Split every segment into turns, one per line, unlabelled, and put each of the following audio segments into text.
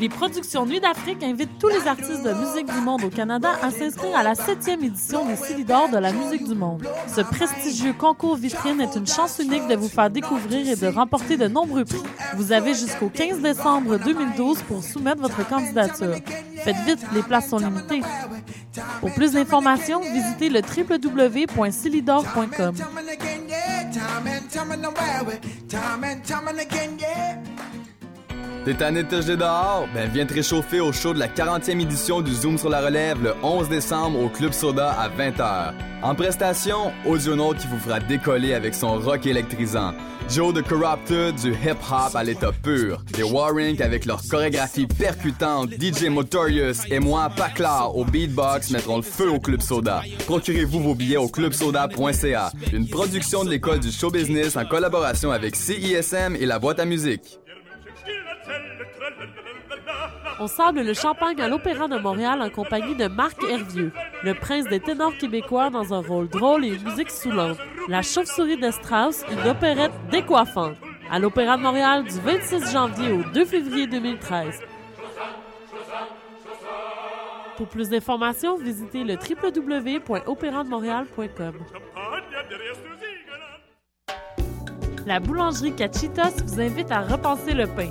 L'association Nuit d'Afrique invite tous les artistes de musique du monde au Canada à s'inscrire à la 7e édition des Silidor de la musique du monde. Ce prestigieux concours vitrine est une chance unique de vous faire découvrir et de remporter de nombreux prix. Vous avez jusqu'au 15 décembre 2012 pour soumettre votre candidature. Faites vite, les places sont limitées. Pour plus d'informations, visitez le www.silidor.com.
T'es tanné de te jeter dehors? Ben viens te réchauffer au show de la 40e édition du Zoom sur la relève le 11 décembre au Club Soda à 20h. En prestation, Audionaut qui vous fera décoller avec son rock électrisant. Joe de Corrupted du hip-hop à l'état pur. Les Warring avec leur chorégraphie percutante, DJ Motorius et moi, Paclar, au beatbox mettront le feu au Club Soda. Procurez-vous vos billets au clubsoda.ca, une production de l'école du show business en collaboration avec CISM et la boîte à musique.
On sable le champagne à l'Opéra de Montréal en compagnie de Marc Hervieux, le prince des ténors québécois dans un rôle drôle et une musique soulante. La chauve-souris de Strauss, une opérette décoiffante. À l'Opéra de Montréal du 26 janvier au 2 février 2013. Pour plus d'informations, visitez le www.opérandemontréal.com. La boulangerie Cachitos vous invite à repenser le pain.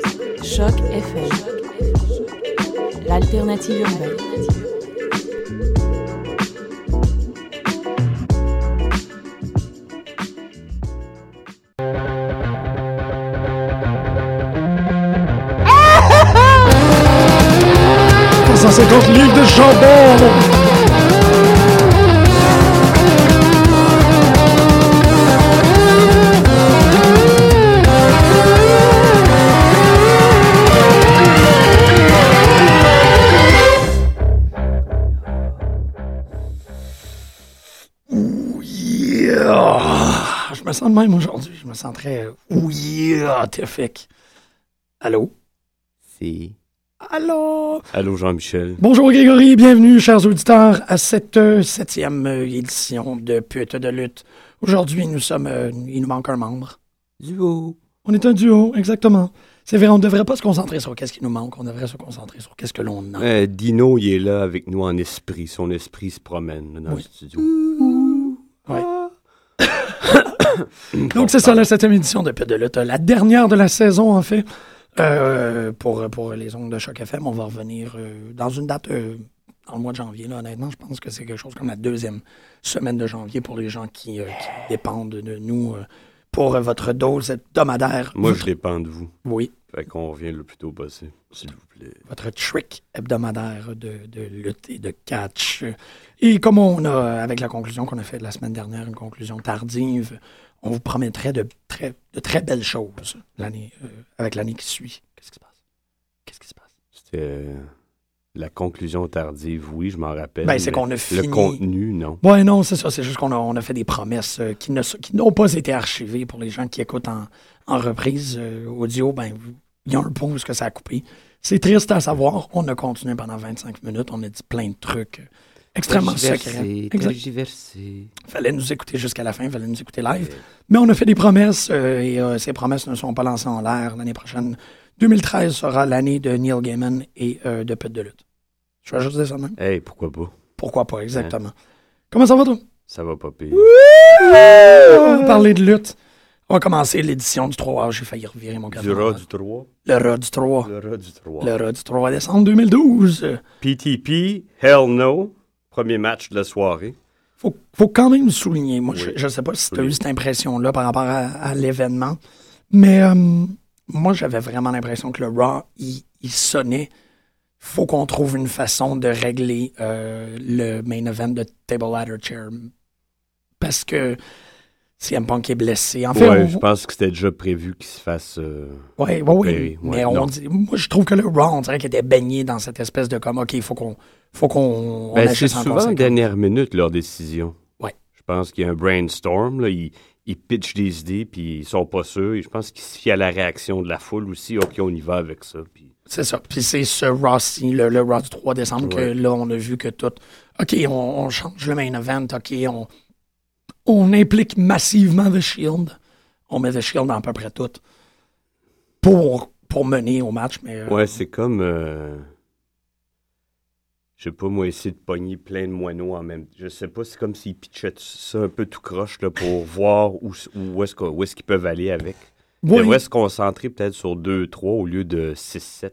Choc FM, l'alternative urbaine.
livres de chambon!
Yeah! Je me sens de même aujourd'hui. Je me sens très oui, terrifique. Allô?
Si.
Allô?
Allô, Jean-Michel.
Bonjour Grégory, bienvenue chers auditeurs à cette euh, septième euh, édition de Pute de lutte. Aujourd'hui, nous sommes, euh, il nous manque un membre.
Duo.
On est un duo, exactement. C'est vrai, on ne devrait pas se concentrer sur qu'est-ce qui nous manque, on devrait se concentrer sur qu'est-ce que l'on a.
Euh, Dino, il est là avec nous en esprit. Son esprit se promène là, dans
Oui.
le studio.
Ouais. Donc, c'est
bah,
ça, la septième édition de Pute de lutte, la dernière de la saison, en fait, Euh, pour, pour les ondes de Choc FM. On va revenir euh, dans une date, euh, dans le mois de janvier, là, honnêtement. Je pense que c'est quelque chose comme la deuxième semaine de janvier pour les gens qui, euh, qui dépendent de nous euh, pour euh, votre dose hebdomadaire.
Moi, je
votre,
dépends de vous.
Oui,
Fait qu'on revient le plus tôt possible, s'il vous plaît.
votre trick hebdomadaire de, de lutte et de catch. Et comme on a, avec la conclusion qu'on a faite la semaine dernière, une conclusion tardive, on vous promettrait de très, de très belles choses l'année, euh, avec l'année qui suit. Qu'est-ce qui se passe? Qu'est-ce qui se passe?
C'était euh, la conclusion tardive, oui, je m'en rappelle.
Ben, c'est
mais
qu'on a fini.
Le contenu, non.
Ouais, non, c'est ça. C'est juste qu'on a, on a fait des promesses euh, qui, ne, s- qui n'ont pas été archivées pour les gens qui écoutent en, en reprise euh, audio. Ben, vous- il y a un point où est-ce que ça a coupé. C'est triste à savoir. On a continué pendant 25 minutes. On a dit plein de trucs euh, extrêmement secrets. Exact. Fallait nous écouter jusqu'à la fin. Fallait nous écouter live. Mais on a fait des promesses euh, et euh, ces promesses ne sont pas lancées en l'air. L'année prochaine, 2013 sera l'année de Neil Gaiman et euh, de Pute de lutte. Je vais juste dire ça de même.
Hey, Eh, pourquoi pas?
Pourquoi pas, exactement. Comment ça va, toi?
Ça va pas pire.
On va parler de lutte. On va commencer l'édition du 3. Ah, J'ai failli revirer mon
Du rat
cadre.
du 3.
Le rat du 3.
Le rat du 3.
Le rat du 3 décembre 2012. Euh,
PTP, Hell No. Premier match de la soirée.
Faut, faut quand même souligner. Moi,
Oui.
je ne sais pas si tu as
Oui.
eu cette impression-là par rapport à, à l'événement, mais euh, moi, j'avais vraiment l'impression que le Raw, il, il sonnait. Faut qu'on trouve une façon de régler euh, le main event de Table Ladder Chair. Parce que CM Punk est blessé. En fait,
Ouais,
on-
je pense que c'était déjà prévu qu'il se fasse. euh,
Ouais, ouais,
Opéré,
oui.
ouais,
Mais
non.
on dit, moi, je trouve que le Raw, on dirait qu'il était baigné dans cette espèce de comme, OK, il faut qu'on faut qu'on on
Ben, c'est
agisse en
souvent
conséquence.
dernière minute leur décision.
Ouais.
Je pense qu'il y a un brainstorm. Là, ils, ils pitchent des idées, puis ils sont pas sûrs. Et je pense qu'ils se fient à la réaction de la foule aussi. OK, on y va avec ça. Puis
C'est ça. Puis c'est ce Raw-ci, le, le Raw du 3 décembre,
Ouais.
que là, on a vu que tout. OK, on, on change le main event. OK, on, on implique massivement The Shield. On met The Shield dans à peu près tout pour, pour mener au match. Mais euh,
Ouais, c'est comme. euh, Je sais pas, moi, essayer de pogner plein de moineaux en même Je sais pas, c'est comme s'ils pitchaient ça un peu tout croche là, pour voir où, s- où est-ce qu'on- où est-ce qu'ils peuvent aller avec. Ils
ouais,
devraient se concentrer peut-être sur 2-3 au lieu de 6-7.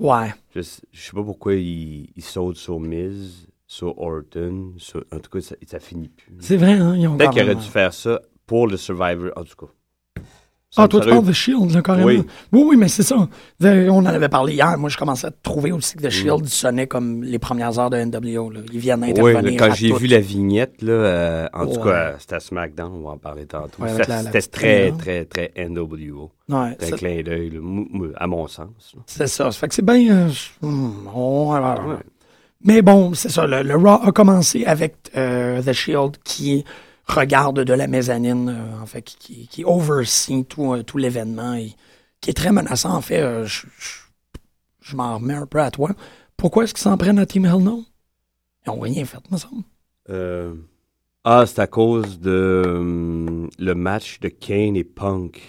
ouais.
Je sais, je sais pas pourquoi ils il sautent sur Miz, sur Orton. sur- en tout cas, ça, ça finit plus.
C'est vrai, hein, ils ont
Peut-être qu'il
vraiment-
aurait dû faire ça pour le Survivor, en tout cas. Ça
Ah,
me
toi, tu
serait-
parles de Shield, là, carrément.
Oui.
Oui, oui, mais c'est ça. De- On en avait parlé hier. Moi, je commençais à trouver aussi que
Mm.
The Shield sonnait comme les premières heures de NWO. là. Ils viennent
Oui,
intervenir.
là, quand
à
j'ai
toutes.
vu la vignette, là, euh, en tout
Ouais.
cas, euh, c'était à SmackDown, on va en parler tantôt.
Ouais,
Ça,
avec la- la
c'était
petite
très,
lumière.
très, très NWO.
Ouais,
C'était un
c'est-
clin d'œil, là, mou- mou- à mon sens. là.
c'est ça. Ça fait que c'est bien. euh, hum, on- alors,
Ouais.
Mais bon, c'est ça. Le, le Raw a commencé avec euh, The Shield qui regarde de la mezzanine, euh, en fait, qui- qui, qui oversee tout, euh, tout l'événement et qui est très menaçant. En fait, euh, je, je- je m'en remets un peu à toi. Pourquoi est-ce qu'ils s'en prennent à Team Hell No? Ils n'ont rien fait, me semble.
Euh, Ah, c'est à cause de hum, le match de Kane et Punk.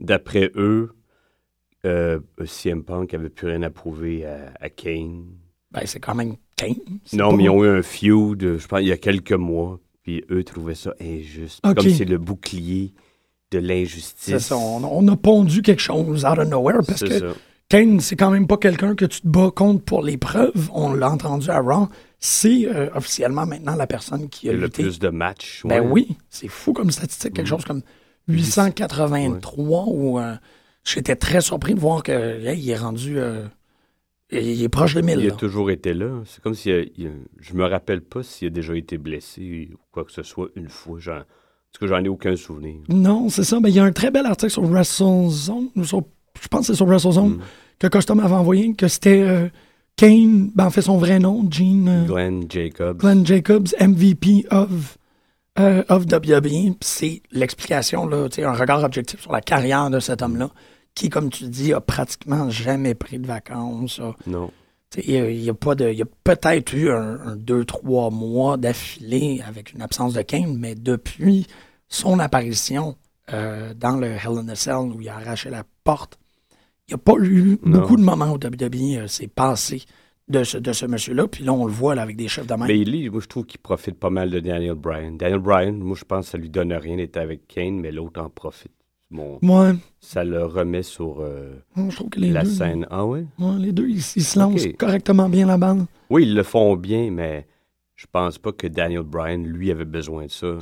D'après eux, euh, CM Punk avait plus rien à prouver à, à Kane.
Ben, c'est quand même 15. c'est
Non,
pas-
mais ils ont eu un feud, euh, je pense, il y a quelques mois. Puis eux trouvaient ça injuste.
Ok.
Comme c'est le bouclier
C'est
de l'injustice.
ça, on, on a pondu quelque chose out of nowhere parce
C'est
que
ça.
Kane, c'est quand même pas quelqu'un que tu te bats contre pour les preuves. On l'a entendu à Raw. C'est euh, officiellement maintenant la personne qui a
le
lutté.
plus de matchs.
Ben
ouais. Mm.
oui, c'est fou comme statistique, quelque chose comme 883 où euh, j'étais très surpris de voir que hey, il est rendu euh, il est proche de 1000.
Il a
là.
toujours été là. C'est comme si. euh, il- Je me rappelle pas s'il a déjà été blessé ou quoi que ce soit une fois. J'en... En tout cas, j'en ai aucun souvenir.
Non, c'est ça. Mais il y a un très bel article sur WrestleZone, ou sur- je pense que c'est sur WrestleZone,
Mm.
que Custom avait envoyé, que c'était euh, Kane, ben, en fait son vrai nom, Gene euh,
Glenn Jacobs.
Glenn Jacobs, MVP of, euh, of WWE. Puis C'est l'explication, là, tu sais, un regard objectif sur la carrière de cet homme-là, qui, comme tu dis, a pratiquement jamais pris de vacances. a-
Non.
tu sais, Il y a, il y a pas de, il y a peut-être eu un, un deux, trois mois d'affilée avec une absence de Kane, mais depuis son apparition euh, dans le Hell in a Cell où il a arraché la porte, il n'y a pas eu
Non.
beaucoup de moments où WWE euh, s'est passé de ce, de ce monsieur-là. Puis là, on le voit là, avec des chefs de main.
Mais lui, moi, je trouve qu'il profite pas mal de Daniel Bryan. Daniel Bryan, moi, je pense que ça lui donne rien d'être avec Kane, mais l'autre en profite. Bon,
Moi,
ça le remet sur euh,
je trouve que les
la
deux,
scène. Ah ouais?
ouais, les deux, ils, ils se lancent
Ok.
correctement bien la balle.
Oui, ils le font bien, mais je pense pas que Daniel Bryan, lui, avait besoin de ça.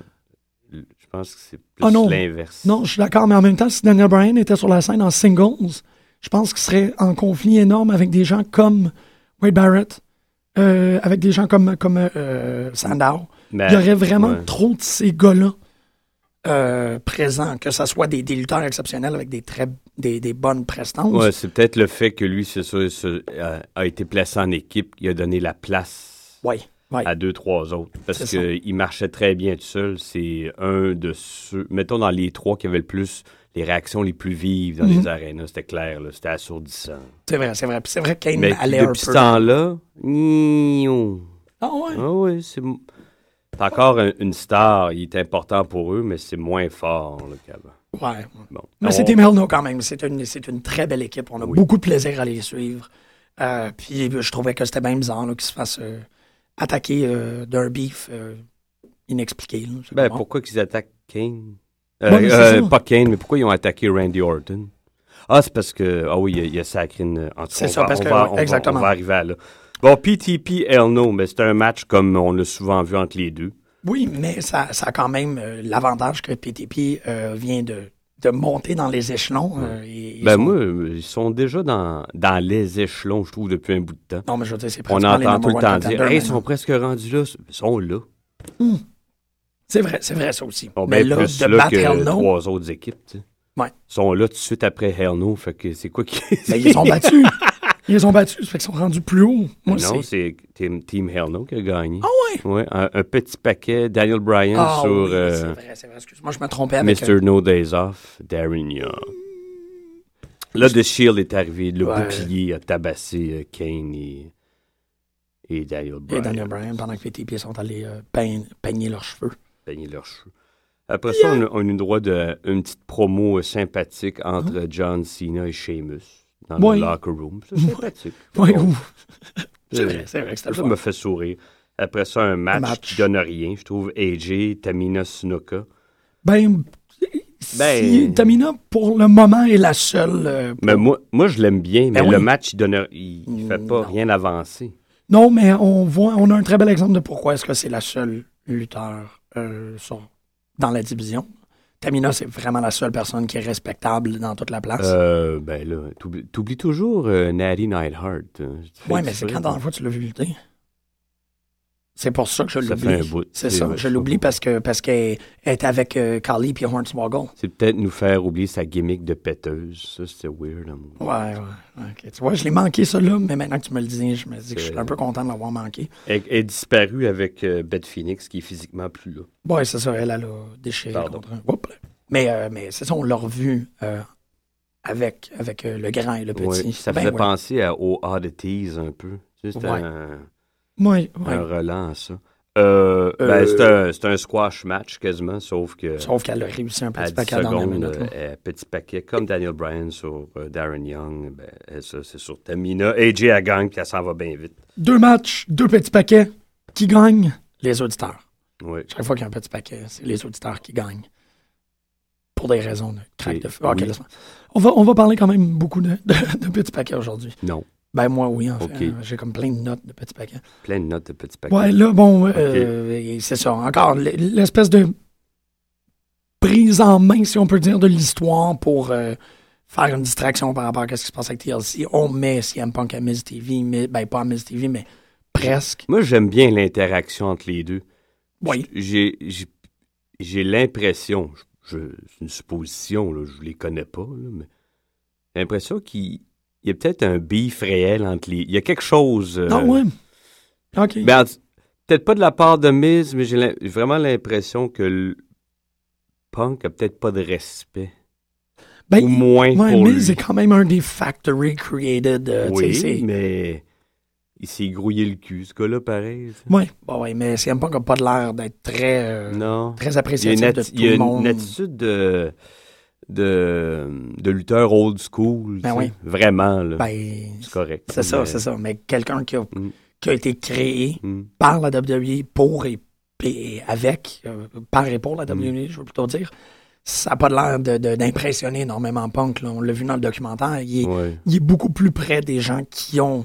L- Je pense que c'est plus
Ah non.
l'inverse.
Non, je suis d'accord, mais en même temps, si Daniel Bryan était sur la scène en singles, je pense qu'il serait en conflit énorme avec des gens comme Wade Barrett, euh, avec des gens comme, comme euh, euh, Sandow.
Mais-
Il y aurait vraiment
Euh, ouais.
trop de ces gars-là euh, présents, que ce soit des, des lutteurs exceptionnels avec des très des, des bonnes prestances.
Ouais, c'est peut-être le fait que lui, c'est ça, ce- a, a été placé en équipe, il a donné la place
Ouais, ouais.
à deux, trois autres. Parce
C'est ça.
qu'il marchait très bien tout seul. C'est un de ceux, mettons dans les trois qui avait le plus, les réactions les plus vives dans
Mhm.
les arénas. C'était clair, là, c'était assourdissant.
C'est vrai, c'est vrai. Puis c'est vrai que Kane
Mais qui,
allait un peu.
depuis ce temps-là, gnon.
Ah ouais.
ah ouais, c'est m- c'est encore un- une star. Il est important pour eux, mais c'est moins fort là, qu'avant.
Ouais.
Ah, Bon.
Mais
On-
c'était Melno quand même. C'est une, c'est une très belle équipe. On a beaucoup de plaisir à les suivre. Euh, puis je trouvais que c'était bien bizarre là, qu'ils se fassent euh, attaquer euh, d'un beef euh, inexpliqué. là. C'est
Ben,
bon.
pourquoi qu'ils attaquent Kane?
Ouais,
Euh,
mais c'est
euh,
ça.
pas Kane, mais pourquoi ils ont attaqué Randy Orton? Ah, c'est parce que. Ah oui, il y a- il y, a sacré une. en tout cas,
C'est
on
ça,
va-
parce
on
que-
va-
ouais,
on va-
exactement.
on va arriver à là. Bon, PTP, Hell No, mais c'est un match comme on l'a souvent vu entre les deux.
Oui, mais ça, ça a quand même euh, l'avantage que PTP euh, vient de, de monter dans les échelons. euh, et- et
ben,
son-
moi, ils sont déjà dans, dans les échelons, je trouve, depuis un bout de temps.
Non, mais je veux dire, c'est
On
pratiquement les
entend tout le
number
temps
one
dire,
contenders
hey, ils sont
maintenant.
presque rendus là. Ils sont là.
C'est vrai, c'est vrai ça aussi.
Bon,
mais
ben,
là,
plus
de
là
battre
que
Hell No,
trois autres équipes, tu sais.
Ouais.
Ils sont là tout de suite après Hell No, fait que c'est quoi qui...
ben, ils les ont battus. Ils les ont battus, ça fait qu'ils sont rendus plus haut. Moi,
non,
c'est...
c'est team, team Hell No qui a gagné.
Ah ouais?
Ouais, un, un petit paquet, Daniel Bryan
Ah
sur
oui,
euh,
c'est vrai, c'est vrai. Excuse-moi, je me trompais avec... euh,
Mr. No Days Off, Darren Young. Là, The Shield est arrivé, le
Ouais.
bouclier a tabassé euh, Kane et, et Daniel
euh,
Bryan.
et Daniel Bryan, pendant que les TP sont allés euh, peign- peigner leurs cheveux.
peigner leurs cheveux. Après ça, on a, on a eu droit à une petite promo euh, sympathique entre John Cena et Sheamus dans
Hein? Ouais.
le locker room. Oh, C'est sympathique.
Oui,
Bon,
ouf. c'est vrai, c'est vrai que c'était le
Ça
fun.
me fait sourire. Après ça, un match,
match.
qui donne rien, je trouve. AJ, Tamina, Snuka.
Ben,
Ben-
si Tamina, pour le moment, est la seule. euh,
Mais moi, moi je l'aime bien, mais
Ben
le
oui.
match, il donne- il il fait pas
Non.
rien avancer.
Non, mais on voit, on a un très bel exemple de pourquoi est-ce que c'est la seule lutteur euh, sur- dans la division. Tamina, c'est vraiment la seule personne qui est respectable dans toute la place.
Euh, ben là, t'oublies t'oublies toujours euh, Natty Neidhart. hein. Tu fais
ouais, mais c'est
exprès,
quand la
hein.
dernière fois que tu l'as vu lutter? C'est pour ça que je
Ça fait un
l'oublie.
bout,
C'est
c'est
ça,
vrai,
je
ça.
l'oublie parce que parce qu'elle est avec euh, Carly puis Hornswoggle.
C'est peut-être nous faire oublier sa gimmick de péteuse. Ça, c'est weird. hein, moi.
Ouais, ouais. ok. Tu vois, je l'ai manqué, ça, là, mais maintenant que tu me le dis, je me dis que je suis
C'est-
un peu content de l'avoir manqué.
Elle elle est disparue avec euh, Beth Phoenix, qui est physiquement plus là.
Ouais, c'est ça, elle, elle a déchiré
Pardon.
contre un- Oups. Mais, euh, mais c'est ça, on l'a revu euh, avec, avec euh, le grand et le petit.
Ouais, Ça
Ben
faisait
ouais.
penser à, aux oddities un peu. Tu sais, C'était
Ouais.
un,
Ouais, ouais.
un relance, ça. Euh, ben,
Euh,
c'est un- c'est un, squash match quasiment, sauf que
Sauf qu'elle a réussi un
euh, à
petit
10
paquet dans la
secondes,
minute. là.
euh, à petit paquet, comme Daniel Bryan sur euh, Darren Young, ben, elle, ça c'est sur Tamina. AJ, elle gagne, puis elle s'en va bien vite.
Deux matchs, deux petits paquets. Qui gagne? Les auditeurs.
Ouais.
Chaque fois qu'il y a un petit paquet, c'est les auditeurs qui gagnent. Pour des raisons de craque de feu. Ok,
oui.
laisse-moi. on, va, on va parler quand même beaucoup de, de- de petits paquets aujourd'hui.
Non,
Ben moi, oui, en fait.
Ok.
Euh, J'ai comme plein de notes de petits paquets.
plein de notes de petits paquets.
Ouais, là, bon, euh, et c'est ça. Encore, l- l'espèce de prise en main, si on peut dire, de l'histoire pour euh, faire une distraction par rapport à ce qui se passe avec TLC. On met CM Punk à Miz TV, mais, ben pas à Miz TV, mais presque.
Moi, j'aime bien l'interaction entre les deux.
Oui.
J'ai, j'ai, j'ai l'impression, je, je- c'est une supposition, là, je les connais pas, là, mais j'ai l'impression qu'il il y a peut-être un beef réel entre les... Il y a quelque chose... euh,
Non, ouais. OK.
ben, en tout- peut-être pas de la part de Miz, mais j'ai l'im- j'ai vraiment l'impression que le Punk a peut-être pas de respect.
Ben,
ou moins
ouais,
pour
Miz
lui.
est quand même un des factory created. euh, tu sais,
oui,
c'est-
mais il s'est grouillé le cul, ce gars-là, pareil. ça.
Ouais, bah ouais, mais CM Punk n'a pas de l'air d'être très, euh,
Non.
très
Il y a
appréciatif
une,
de
atti-
tout
il y a
le
une
monde.
attitude de, de, de lutteur old school.
Ben
tu sais.
oui.
Vraiment, là.
Ben,
c'est correct.
c'est ça,
Mais-
c'est ça. Mais quelqu'un qui a,
Mm.
qui a été créé
Mm.
par la WWE pour et, et avec, euh, par et
Mm.
pour la WWE, je veux plutôt dire, ça n'a pas l'air de- de- d'impressionner énormément Punk. là. On l'a vu dans le documentaire, il est,
Ouais.
il est beaucoup plus près des gens qui ont,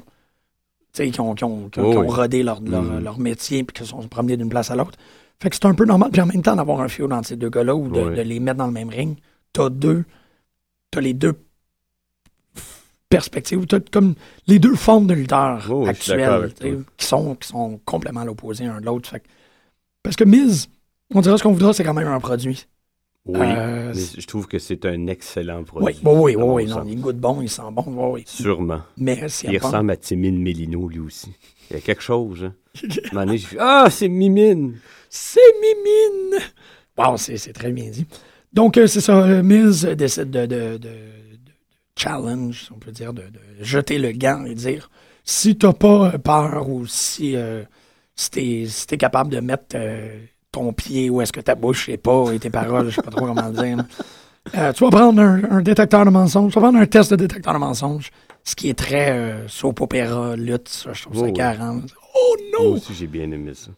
tu sais, qui ont, qui ont- qui ont-
Oh
qui ont
oui.
rodé leur, leur,
Mhm.
leur métier puis qui se sont promenés d'une place à l'autre. Fait que c'est un peu normal. Puis en même temps, d'avoir un fio dans ces deux gars-là ou de,
Ouais.
de les mettre dans le même ring, t'as deux, t'as les deux perspectives, ou t'as comme les deux formes de lutteurs
Oh, je suis
actuelles
d'accord avec
tu sais,
toi.
qui sont, qui sont complètement à l'opposé un de l'autre. Fait que- Parce que Miz, on dira ce qu'on voudra, c'est quand même un produit.
Oui.
Euh,
Mais je trouve que c'est un excellent
oui,
produit. Ah,
oui, oui,
à
oui,
mon
non,
sens.
il goûte bon, il sent bon, oui, oui.
Sûrement.
Mais c'est
Il ressemble à Timine Mélino, lui aussi. Il y a quelque chose, hein. Un moment donné, j'ai fait, Ah, c'est Mimine!
C'est Mimine! Wow, c'est c'est très bien dit. Donc, euh, c'est ça, euh, Miz décide de, de- de- de challenge, si on peut dire, de, de jeter le gant et dire si t'as pas euh, peur ou si, euh, si t'es si t'es capable de mettre euh, ton pied où est-ce que ta bouche est pas et tes paroles, je sais pas trop comment le dire. euh, tu vas prendre un, un détecteur de mensonges, tu vas prendre un test de détecteur de mensonges, ce qui est très euh, soap opéra, lutte, ça, je trouve
Oh,
ça
oui.
écœurant. Oh
Moi
non!
aussi, j'ai bien aimé ça.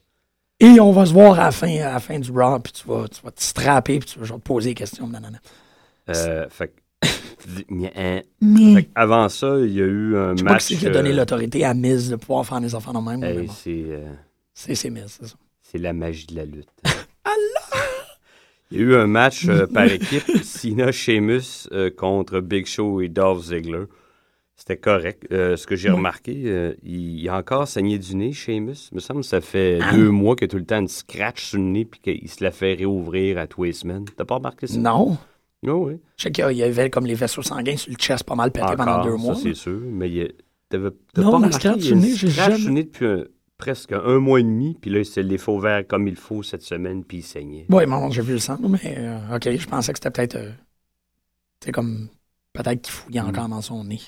Et on va se voir à la fin, à la fin du Raw, puis tu vas, tu vas te strapper, puis tu vas genre te poser des questions. nanana.
Euh, fait que- tu dis, Mien, hein.
Mais
Fait que avant ça, il y a eu un
je sais pas qui
match.
c'est qui a donné
euh,
l'autorité à Miz de pouvoir faire des enfants de même. mais
hey,
bon,
c'est, euh,
c'est c'est Miz, c'est ça.
c'est la magie de la lutte. Il y a eu un match euh, par équipe, Cena Sheamus euh, contre Big Show et Dolph Ziggler. C'était correct. Euh, ce que j'ai
Ouais.
remarqué, euh, il, il a encore saigné du nez, Seamus. me semble que ça fait
Ah.
deux mois qu'il a tout le temps une scratch sur le nez puis qu'il se la fait réouvrir à tous les semaines. T'as pas remarqué ça?
Non.
Non, oui.
Je sais qu'il y avait comme les vaisseaux sanguins sur le chest pas mal pétés pendant
Encore,
deux mois.
Ça, c'est sûr. Mais il- t'avais- t'as
Non,
pas
la
remarqué,
scratch
il y a
sur le
une
nez, j'ai
scratch
jamais-
sur le nez depuis un- presque un mois et demi, puis là, il se l'est fait ouvert comme il faut cette semaine, puis il saignait.
Oui, bon, j'ai vu le sang, mais euh, OK, je pensais que c'était peut-être. euh, tu sais, comme. Peut-être qu'il fouillait
Mm.
encore dans son nez.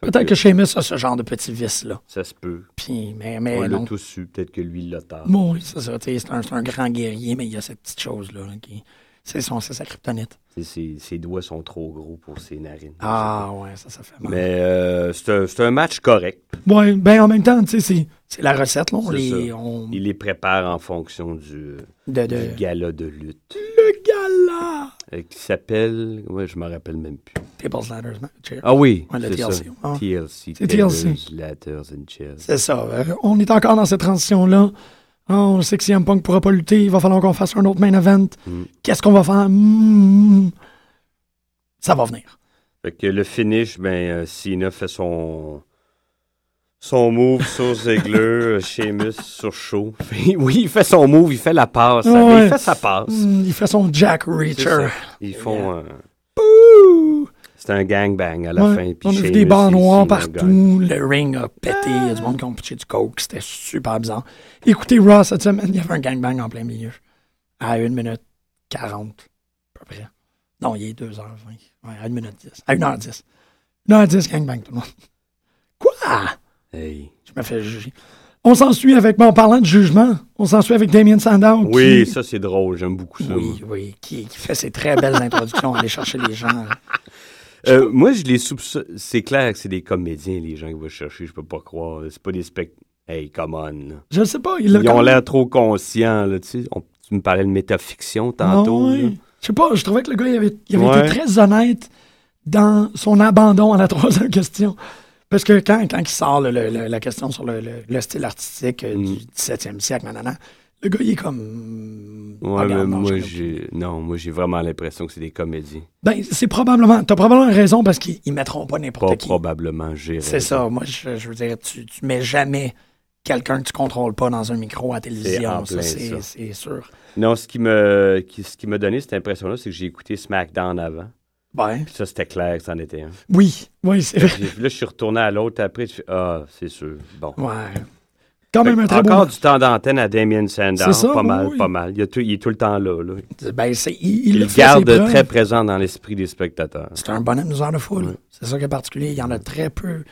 Fait
Peut-être que Seamus a ce genre de petit vice-là.
Ça se peut.
Puis, mais,
On
mais
l'a
Eh non.
tous su. Peut-être que lui, il l'a tard.
Bon, oui, c'est ça. tu sais, C'est un, c'est un grand guerrier, mais il y a cette petite chose-là. là, qui... C'est son, c'est sa kryptonite.
Ses- Ses, ses doigts sont trop gros pour ses narines.
Ah, ouais, ça, ça fait mal.
Mais euh, c'est un, c'est un match correct.
Ouais, ben en même temps, tu sais, c'est- c'est la recette, là. On
C'est
les.
ça.
On...
Il les prépare en fonction du,
De,
du
de...
gala de lutte
Le gala!
euh, qui s'appelle. Ouais, je me rappelle même plus.
Tables, ladders, man. Cheers.
Ah oui,
Ouais, le
c'est
TLC.
ça.
Ah.
TLC.
C'est TLC.
Tables, Ladders and Chairs.
C'est ça. euh, on est encore dans cette transition-là. Ah, on sait que CM Punk pourra pas lutter. Il va falloir qu'on fasse un autre main event.
Mm.
Qu'est-ce qu'on va faire? Mm. Ça va venir.
Fait que le finish, ben, euh, Cena fait son. Son move sur Ziegler, euh, Sheamus sur Shaw. oui, il fait son move, il fait la passe.
Ouais.
Il fait sa passe.
Mm, il fait son Jack
C'est ça.
Reacher.
Ils font. un-
Ouh!
C'est un gangbang à la
Ouais,
fin. puis
on a vu
Sheamus
des barres
et
noires
Cena gagnent.
partout. Le ring a pété. Il y a du monde qui a pitché du coke. C'était super bizarre. Écoutez, Raw, cette semaine, il y avait un gangbang en plein milieu. À 1 minute 40, à peu près. Non, il est 2h20. Ouais, à 1 minute 10. À 1h10. 1h10, gangbang, tout le monde. Quoi?
Hey.
Je me fais juger. On s'en suit avec, bon, en parlant de jugement, on s'en suit avec Damien Sandow.
Oui,
qui,
ça c'est drôle, j'aime beaucoup ça.
oui, oui, qui, qui fait ses très belles introductions, aller chercher les gens.
Euh, moi, je les soupçonne. C'est clair que c'est des comédiens, les gens qui vont chercher, je peux pas croire. là. C'est pas des spect. Hey, come on. là.
Je sais pas, il a
Ils ont
comme-
l'air trop conscients, là, tu sais. On- Tu me parlais de métafiction tantôt.
Ah ouais.
là.
Je sais pas, je trouvais que le gars, il avait, il avait
Ouais.
été très honnête dans son abandon à la troisième question. Parce que quand, quand il sort le- le- le- la question sur le, le- le style artistique euh,
Mm.
du 17e siècle, nanana, le gars, il est comme...
Ouais,
Ah, regarde, non,
mais
j'en
moi,
ai
j'ai. Non, moi, j'ai vraiment l'impression que c'est des comédiens.
Ben, c'est probablement... T'as probablement raison parce qu'ils ils mettront pas
Pas
n'importe qui.
probablement gérer.
C'est ça. Moi, je, je veux dire, tu, tu mets jamais quelqu'un que tu contrôles pas dans un micro à la
en
télévision. Ça,
plein ça.
c'est c'est sûr.
Non, ce qui me, qui- ce qui m'a donné cette impression-là, c'est que j'ai écouté SmackDown avant.
Ben,
Puis ça, c'était clair que c'en était un.
oui. Oui, c'est vrai.
J'ai- Là, je suis retourné à l'autre après. Je fais, ah, c'est sûr. Bon.
Ouais. Quand
Fait
même un
que
très beau
encore du temps d'antenne à Damien Sandow.
C'est ça,
pas
oui,
mal,
oui.
pas mal. Il, a tout- il est tout le temps là. là.
Ben, c'est, il,
Il,
il,
le
fait,
garde
ses preuves.
très présent dans l'esprit des spectateurs.
C'est un bon amuseur de foule. C'est ça qui est particulier. Il y en a très peu.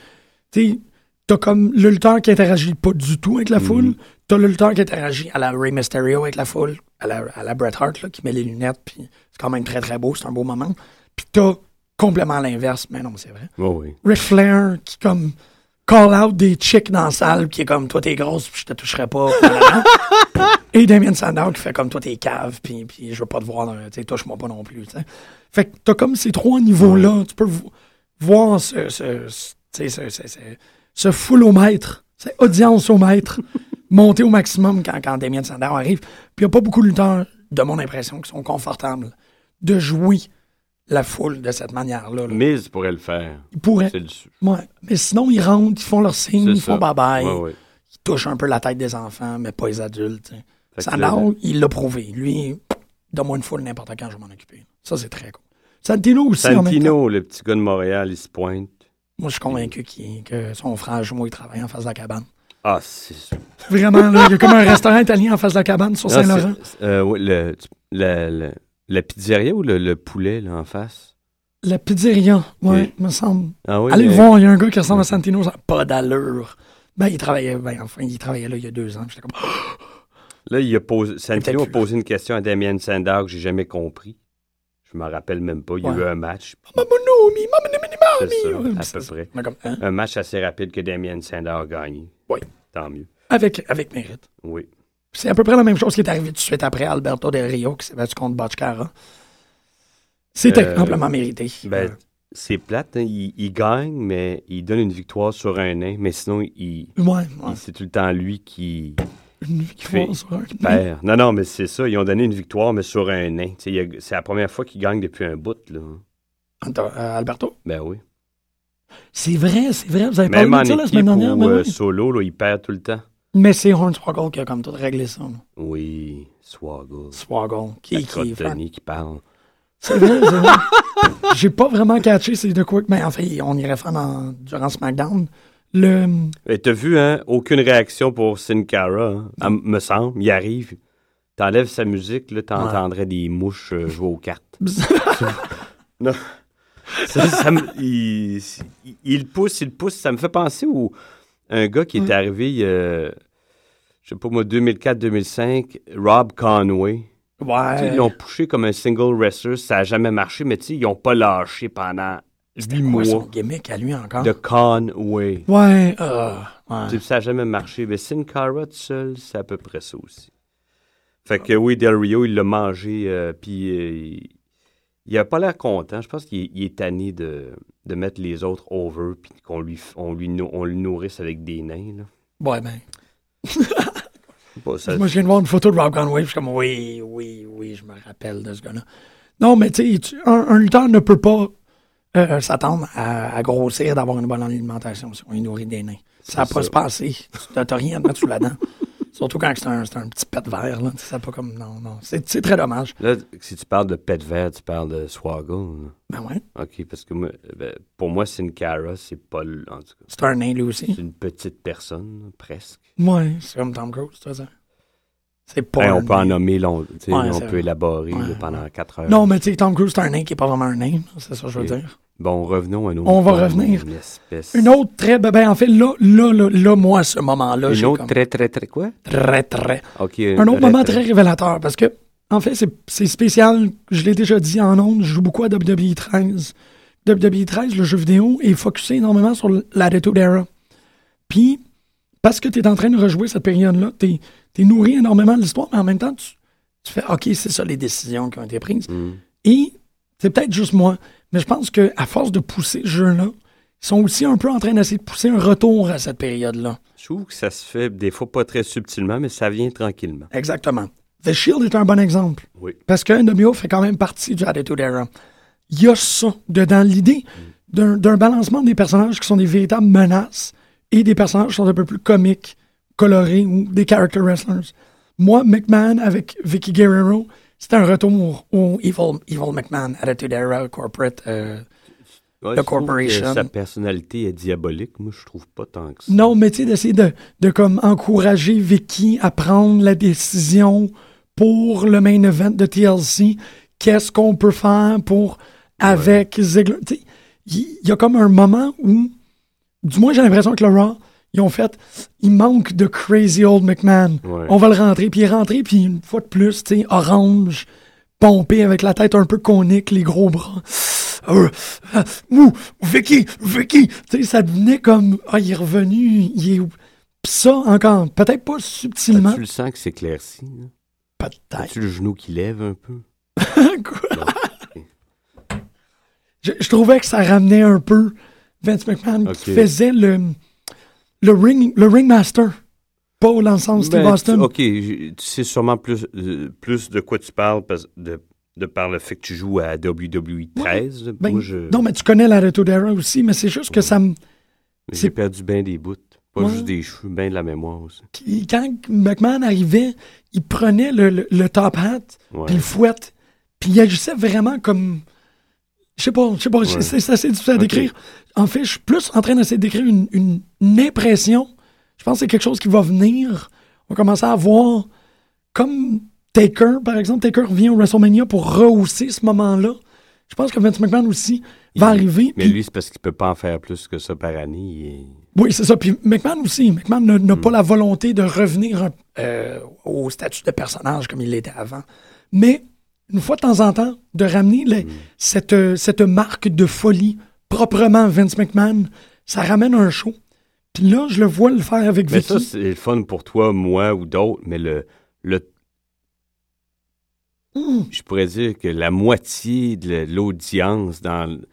Tu sais, t'as comme le lutteur qui interagit pas du tout
Mhm.
avec la foule. T'as le lutteur qui interagit à la Ray Mysterio avec la foule, à la, à la Bret Hart, là, qui met les lunettes. Puis c'est quand même très, très beau. C'est un beau moment. Puis t'as complètement l'inverse. Mais non, c'est vrai.
Oh, oui.
Ric Flair qui, comme, call out des chicks dans la salle, qui est comme, toi, t'es grosse, puis je te toucherai pas. Et Damien Sandow qui fait comme, toi, t'es cave, puis, puis je veux pas te voir, dans- tu sais, touche-moi pas non plus. tu sais. Fait que t'as comme ces trois niveaux-là. Tu peux vo- voir ce, ce, ce- tu sais, ce, ce, ce, ce full au maître, cette audience au maître, monter au maximum quand, quand Damien Sandow arrive. Puis y a pas beaucoup de lutteurs, de mon impression, qui sont confortables de jouer la foule de cette manière-là. là.
Miz pourrait le faire.
Ils pourraient.
C'est le su-
Ouais. Mais sinon, ils rentrent, ils font leur signe,
c'est
ils font
ça.
bye-bye.
Ouais, ouais.
Ils touchent un peu la tête des enfants, mais pas les adultes.
Fait
Ça
que là-
il l'a prouvé. Lui, donne-moi une foule n'importe quand, je vais m'en occuper. Ça, c'est très cool. Santino aussi, en même temps.
Santino, le petit gars de Montréal, il se pointe.
Moi, je suis convaincu qu'il- que son frère jumeau, il travaille en face de la cabane.
Ah, c'est sûr.
Vraiment, là, il y a comme un restaurant italien en face de la cabane sur
Non,
Saint-Laurent.
c'est- c'est- euh, ouais, le- tu- la, la- la pizzeria ou le, le poulet là, en face?
La pizzeria, ouais,
Et-
me semble.
Ah oui,
Allez le
mais-
voir, il y a un gars qui ressemble à Santino, ça n'a pas d'allure. Ben, il travaillait, ben, enfin, il travaillait là il y a deux ans. J'étais comme, Ah,
Là, il a posé, Santino a
Peut-être plus.
posé une question à Damien Sandow que j'ai jamais compris. Je m'en rappelle même pas. Il y a
Ouais.
eu un match.
Mamonomi, Mamonomi,
C'est
Mamonomi.
ça, à peu près.
On est comme, hein?
Un match assez rapide que Damien Sandow a gagné.
Oui.
Tant mieux.
Avec, avec mérite.
Oui.
C'est à peu près la même chose qui est arrivée tout de suite après Alberto Del Rio qui s'est battu contre Botchkara. C'était
Euh,
amplement mérité.
Ben, c'est plate. hein. Il, il gagne, mais il donne une victoire sur un nain. Mais sinon, il,
Euh, ouais, ouais.
il- c'est tout le temps lui qui
Une victoire
fait-
sur un.
perd. Non, non, mais c'est ça. Ils ont donné une victoire, mais sur un nain. Tu sais, il a- C'est la première fois qu'il gagne depuis un bout. Là.
Attends, euh, Alberto,
Ben oui.
C'est vrai, c'est vrai. Vous avez
Même en
parlé de ça la
équipe
semaine dernière,
ou
mais
euh,
oui.
solo, là, il perd tout le temps.
Mais c'est Hornswoggle qui a comme tout réglé ça. là.
Oui, Swaggle.
Swoggle.
La
Qui, qui est
crotte de
fan.
nez qui parle.
C'est vrai, c'est vrai. J'ai pas vraiment catché c'est de quoi. que- Mais en fait, on irait faire dans, durant SmackDown. Le,
Et t'as vu, hein? Aucune réaction pour Sin Cara, hein, à- me semble. Il arrive. T'enlèves sa musique, là, t'entendrais des mouches euh, jouer aux cartes. non. Ça, ça me- il, il- il pousse, il pousse. Ça me fait penser au un gars qui est arrivé, euh, je sais pas moi, 2004-2005, Rob Conway. Tu sais,
ouais.
Ils l'ont poussé comme un single wrestler. Ça n'a jamais marché, mais tu sais, ils n'ont pas lâché pendant
C'était
8
quoi
mois
son gimmick à lui encore?
de Conway.
Ouais, euh, ouais.
Tu sais, Ça n'a jamais marché. Mais Sin Cara tout seul, c'est à peu près ça aussi. Fait
Ah.
que oui, Del Rio, il l'a mangé, euh, puis euh, il- il n'a pas l'air content. Je pense qu'il est- il est tanné de, de mettre les autres over, puis qu'on lui, f- on lui nou- on le nourrisse avec des nains. là.
Ouais, ben.
Je sais pas, ça-
Moi, je viens de voir une photo de Rob Conway, puis je suis comme, oui, oui, oui, je me rappelle de ce gars-là. Non, mais tu sais, tu- un, un lutteur ne peut pas euh, s'attendre à, à grossir, d'avoir une bonne alimentation si on lui nourrit des nains. Ça va
C'est
pas
ça.
se passer. Tu n'as rien à te mettre sous la dent. Surtout quand c'est un, c'est un petit pet vert, là. Tu sais, Ça pas comme, non, non. C'est c'est très dommage.
Là, si tu parles de pet vert, tu parles de swaggle. là.
Ben ouais,
OK, parce que moi, euh, ben, pour moi, Sin Cara, c'est pas... l- En tout cas,
c'est un nain, lui
c'est
aussi.
une petite personne, là, presque.
Ouais, c'est comme Tom Cruise, toi, ça. C'est pas
Hey,
un
Ben, on peut en
nain.
nommer, long, tu sais,
Ouais,
on
c'est
peut
vrai.
élaborer là,
Ouais,
pendant quatre heures.
Non, mais tu sais, Tom Cruise, c'est un nain qui est pas vraiment un nain. C'est ça que je veux
Ok.
dire.
Bon, revenons à nos...
On va revenir.
Une espèce...
Une autre très. Ben, ben, en fait, là, là, là, là, moi, à ce moment-là,
Une
j'ai
autre
comme
très, très, très... Quoi?
très, très.
OK. euh,
Un autre moment très révélateur parce que, en fait, c'est- c'est spécial. Je l'ai déjà dit en ondes, je joue beaucoup à E WWE 13. WWE 13, E le jeu vidéo, est focusé énormément sur l'attitude era. Puis, parce que tu es en train de rejouer cette période-là, tu es, nourri énormément de l'histoire, mais en même temps, tu, tu fais OK, c'est ça les décisions qui ont été prises. Et c'est peut-être juste moi, mais je pense que à force de pousser ce jeu-là, ils sont aussi un peu en train d'essayer de pousser un retour à cette période-là.
Je trouve que ça se fait des fois pas très subtilement, mais ça vient tranquillement.
Exactement. The Shield est un bon exemple.
Oui.
Parce que NWO fait quand même partie du Attitude Era. Il y a ça dedans, l'idée d'un d'un balancement des personnages qui sont des véritables menaces et des personnages qui sont un peu plus comiques, colorés ou des character wrestlers. Moi, McMahon avec Vicky Guerrero, c'était un retour au Evil, Evil McMahon, Attitude Era, Corporate. euh,
Ouais,
The
je trouve que
Corporation.
Sa personnalité est diabolique. Moi, je trouve pas tant que ça.
Non, mais tu sais, d'essayer de, de comme encourager Vicky à prendre la décision pour le main event de TLC. Qu'est-ce qu'on peut faire pour avec Ziggler? Tu sais, il il y, a comme un moment où, du moins, j'ai l'impression que le Raw, ils ont fait, il manque de Crazy Old McMahon.
Ouais.
On va le rentrer, puis il est rentré, puis une fois de plus, tu sais, orange, pompé avec la tête un peu conique, les gros bras. Euh, ah, ouh, Vicky, Vicky, tu sais, ça devenait comme, ah, il est revenu, il est où? Pis ça, encore, peut-être pas subtilement,
Tu le sens que c'est éclairci. là?
peut-être.
As-tu le genou qui lève un peu?
Quoi?
Non.
je, je trouvais que ça ramenait un peu Vince McMahon qui
Ok.
faisait le, le, ring, le ringmaster, pas l'ensemble Steve
Ben,
Austin.
tu- OK, j'ai- tu sais sûrement plus, euh, plus de quoi tu parles parce- de, de par le fait que tu joues à WWE 13. là.
Ben,
Moi, je,
Non, mais tu connais la Reto d'Era aussi, mais c'est juste que ça me.
j'ai
c'est-
perdu bien des bouts. Pas
Ouais.
juste des cheveux, bien de la mémoire aussi.
qui- Quand McMahon arrivait, il prenait le, le- le top hat,
Ouais.
puis le fouette, puis il agissait vraiment comme. Je sais pas, je sais pas, c'est- c'est c'est assez difficile à
Ok.
décrire. En fait, je suis plus en train d'essayer de décrire une, une- une impression. Je pense que c'est quelque chose qui va venir. On va commencer à voir, comme Taker, par exemple, Taker revient au WrestleMania pour rehausser ce moment-là. Je pense que Vince McMahon aussi va
Il-
arriver.
Mais
puis-
lui, c'est parce qu'il peut pas en faire plus que ça par année. il est-
oui, c'est ça. Puis McMahon aussi. McMahon n'a n'a
Mm.
pas la volonté de revenir euh, au statut de personnage comme il l'était avant. Mais une fois de temps en temps, de ramener les-
Mm.
cette, euh, cette marque de folie proprement Vince McMahon, ça ramène un show. Puis là, je le vois le faire avec
Mais
Vicky.
ça, c'est le fun pour toi, moi ou d'autres, mais le, le,
Hmm.
je pourrais dire que la moitié de la- l'audience dans, l-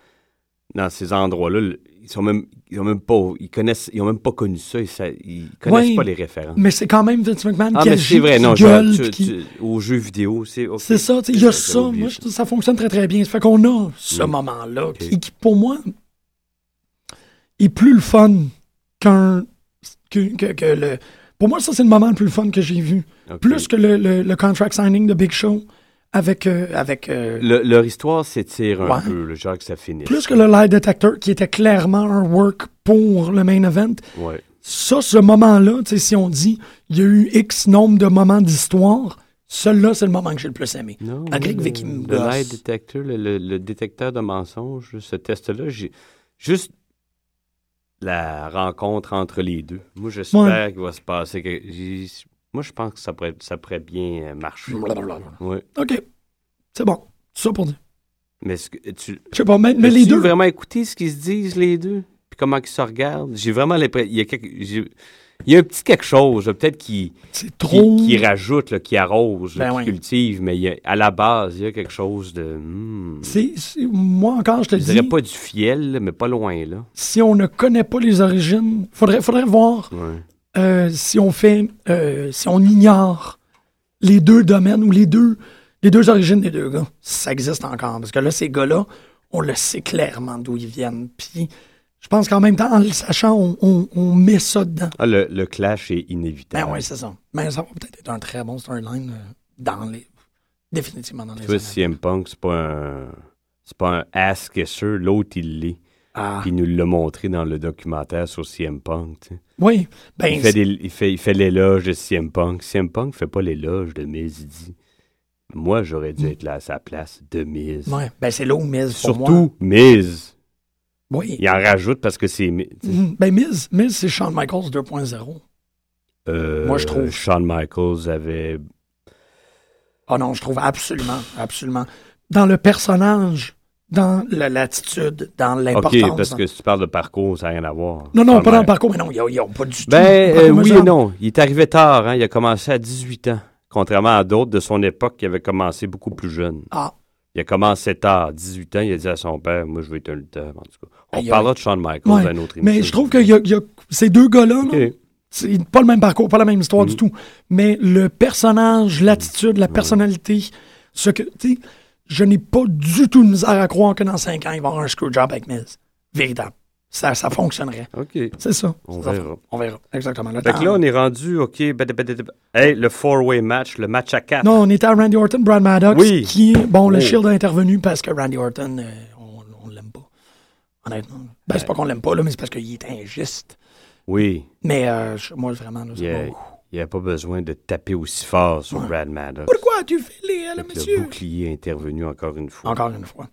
dans ces endroits-là, le- ils sont même, ils ont même pas, ils connaissent, ils ont même pas connu ça, ils, sa- ils connaissent
Ouais.
pas les références.
Mais c'est quand même Vince McMahon
Ah,
qui
mais
agit,
c'est vrai,
qui
non,
gueule,
genre, tu-
puis qui-
tu- aux jeux vidéo, c'est... ok.
C'est ça, tu sais, il y a
J'avais
ça.
oublié
Moi, je trouve que ça fonctionne très, très bien. Ça fait qu'on a ce
Mm.
moment-là
Ok.
qui, qui, pour moi, est plus le fun qu'un. que- que- que le... Pour moi, ça, c'est le moment le plus fun que j'ai vu.
Ok.
Plus que le, le- le contract signing de Big Show avec. euh, avec euh,
Le- leur histoire s'étire un
Ouais.
peu, le genre que ça finisse.
plus que le lie detector, qui était clairement un work pour le main event,
Ouais.
ça, ce moment-là, tu sais, si on dit il y a eu X nombre de moments d'histoire, celui-là, c'est le moment que j'ai le plus aimé.
Non,
Malgré que
moi, le-
Vicky me
le
gosse.
lie detector, le, le- le détecteur de mensonges, ce test-là, j'ai juste la rencontre entre les deux. Moi, j'espère
Ouais.
qu'il va se passer. Que... j'ai- Moi, je pense que ça pourrait, ça pourrait bien euh, marcher. Ouais.
OK. C'est bon. C'est ça pour dire.
Mais ce que- tu
Je sais pas, mais, mais
as-tu
les deux.
vraiment écouté ce qu'ils se disent, les deux? Puis comment ils se regardent? J'ai vraiment l'impression. Il y a quelque- j'ai- il y a un petit quelque chose, là, peut-être qui,
C'est
qui,
trop.
qui rajoute, là, qui arrose, là,
Ben
qui
oui.
cultive, mais il y a- à la base, il y a quelque chose de. hmm.
C'est- c'est- moi encore, je te
Je dirais
dis,
pas du fiel, là, mais pas loin, là.
si on ne connaît pas les origines, faudrait, faudrait voir
Ouais.
euh, si on fait, euh, si on ignore les deux domaines ou les deux, les deux origines des deux gars, si ça existe encore. Parce que là, ces gars-là, on le sait clairement d'où ils viennent. Puis, je pense qu'en même temps, en le sachant, on, on- on met ça dedans.
Ah, le, le clash est inévitable.
Ben oui, c'est ça. Mais ça va peut-être être un très bon storyline euh, dans les. Définitivement dans les.
tu vois,
années.
CM Punk, c'est pas un. C'est pas un ass sûr, l'autre il l'est.
Ah.
Puis il nous l'a montré dans le documentaire sur CM Punk. tu sais.
Oui. Ben,
il, fait des- il, fait, il fait l'éloge de CM Punk. CM Punk fait pas l'éloge de Miz. Il dit Moi, j'aurais dû être là à sa place de Miz.
c'est- Hmm. ouais, ben, c'est là où Miz, pour moi-
Surtout Miz.
Oui.
Il en rajoute parce que c'est Miz.
Mhm. Ben, Miz, Miz c'est Shawn Michaels 2.0.
Euh,
Moi, je trouve-
Shawn Michaels avait.
Ah non, je trouve absolument, absolument. Dans le personnage, dans la- l'attitude, dans l'importance.
Ok, parce que si tu parles de parcours, ça n'a rien à voir.
hein. Non, non,
Shawn
pas dans le
Mi-
parcours, mais non, ils n'ont pas du tout.
Ben euh,
Parcours
oui et
mesure.
non. Il est arrivé tard. Hein? Il a commencé à 18 ans, contrairement à d'autres de son époque qui avaient commencé beaucoup plus jeunes.
Ah,
Il a commencé tard, 18 ans. Il a dit à son père Moi, je vais être un lutteur. En tout cas, on
Aïe,
parlera de Shawn Michaels
ouais.
à un autre émission.
mais je trouve que y a- y a- ces deux gars-là, là,
Ok.
c'est pas le même parcours, pas la même histoire
Mm.
du tout. Mais le personnage, l'attitude, la personnalité, ce que. Tu sais, je n'ai pas du tout de misère à croire que dans 5 ans, il va y avoir un screwjob avec Miz. Véritable. Ça, ça fonctionnerait.
OK.
C'est ça.
On
Ça-
verra.
On verra. Exactement. Le
Fait
temps-
que là, on est rendu, OK, bada, bada, bada. hey, le four-way match, le match à quatre.
Non, on était à Randy Orton, Brad Maddox,
Oui.
qui est... Bon, le
Oh.
Shield a intervenu parce que Randy Orton, euh, on, on l'aime pas. Honnêtement. Ben, c'est pas qu'on l'aime pas, là, mais c'est parce qu'il est injuste.
Oui,
Mais euh, je- moi, vraiment, là, c'est
il n'y
pas-
a pas besoin de taper aussi fort sur Brad Maddox.
Pourquoi tu fais les... le
Fait que
monsieur?
le bouclier est intervenu encore une fois.
Encore une fois.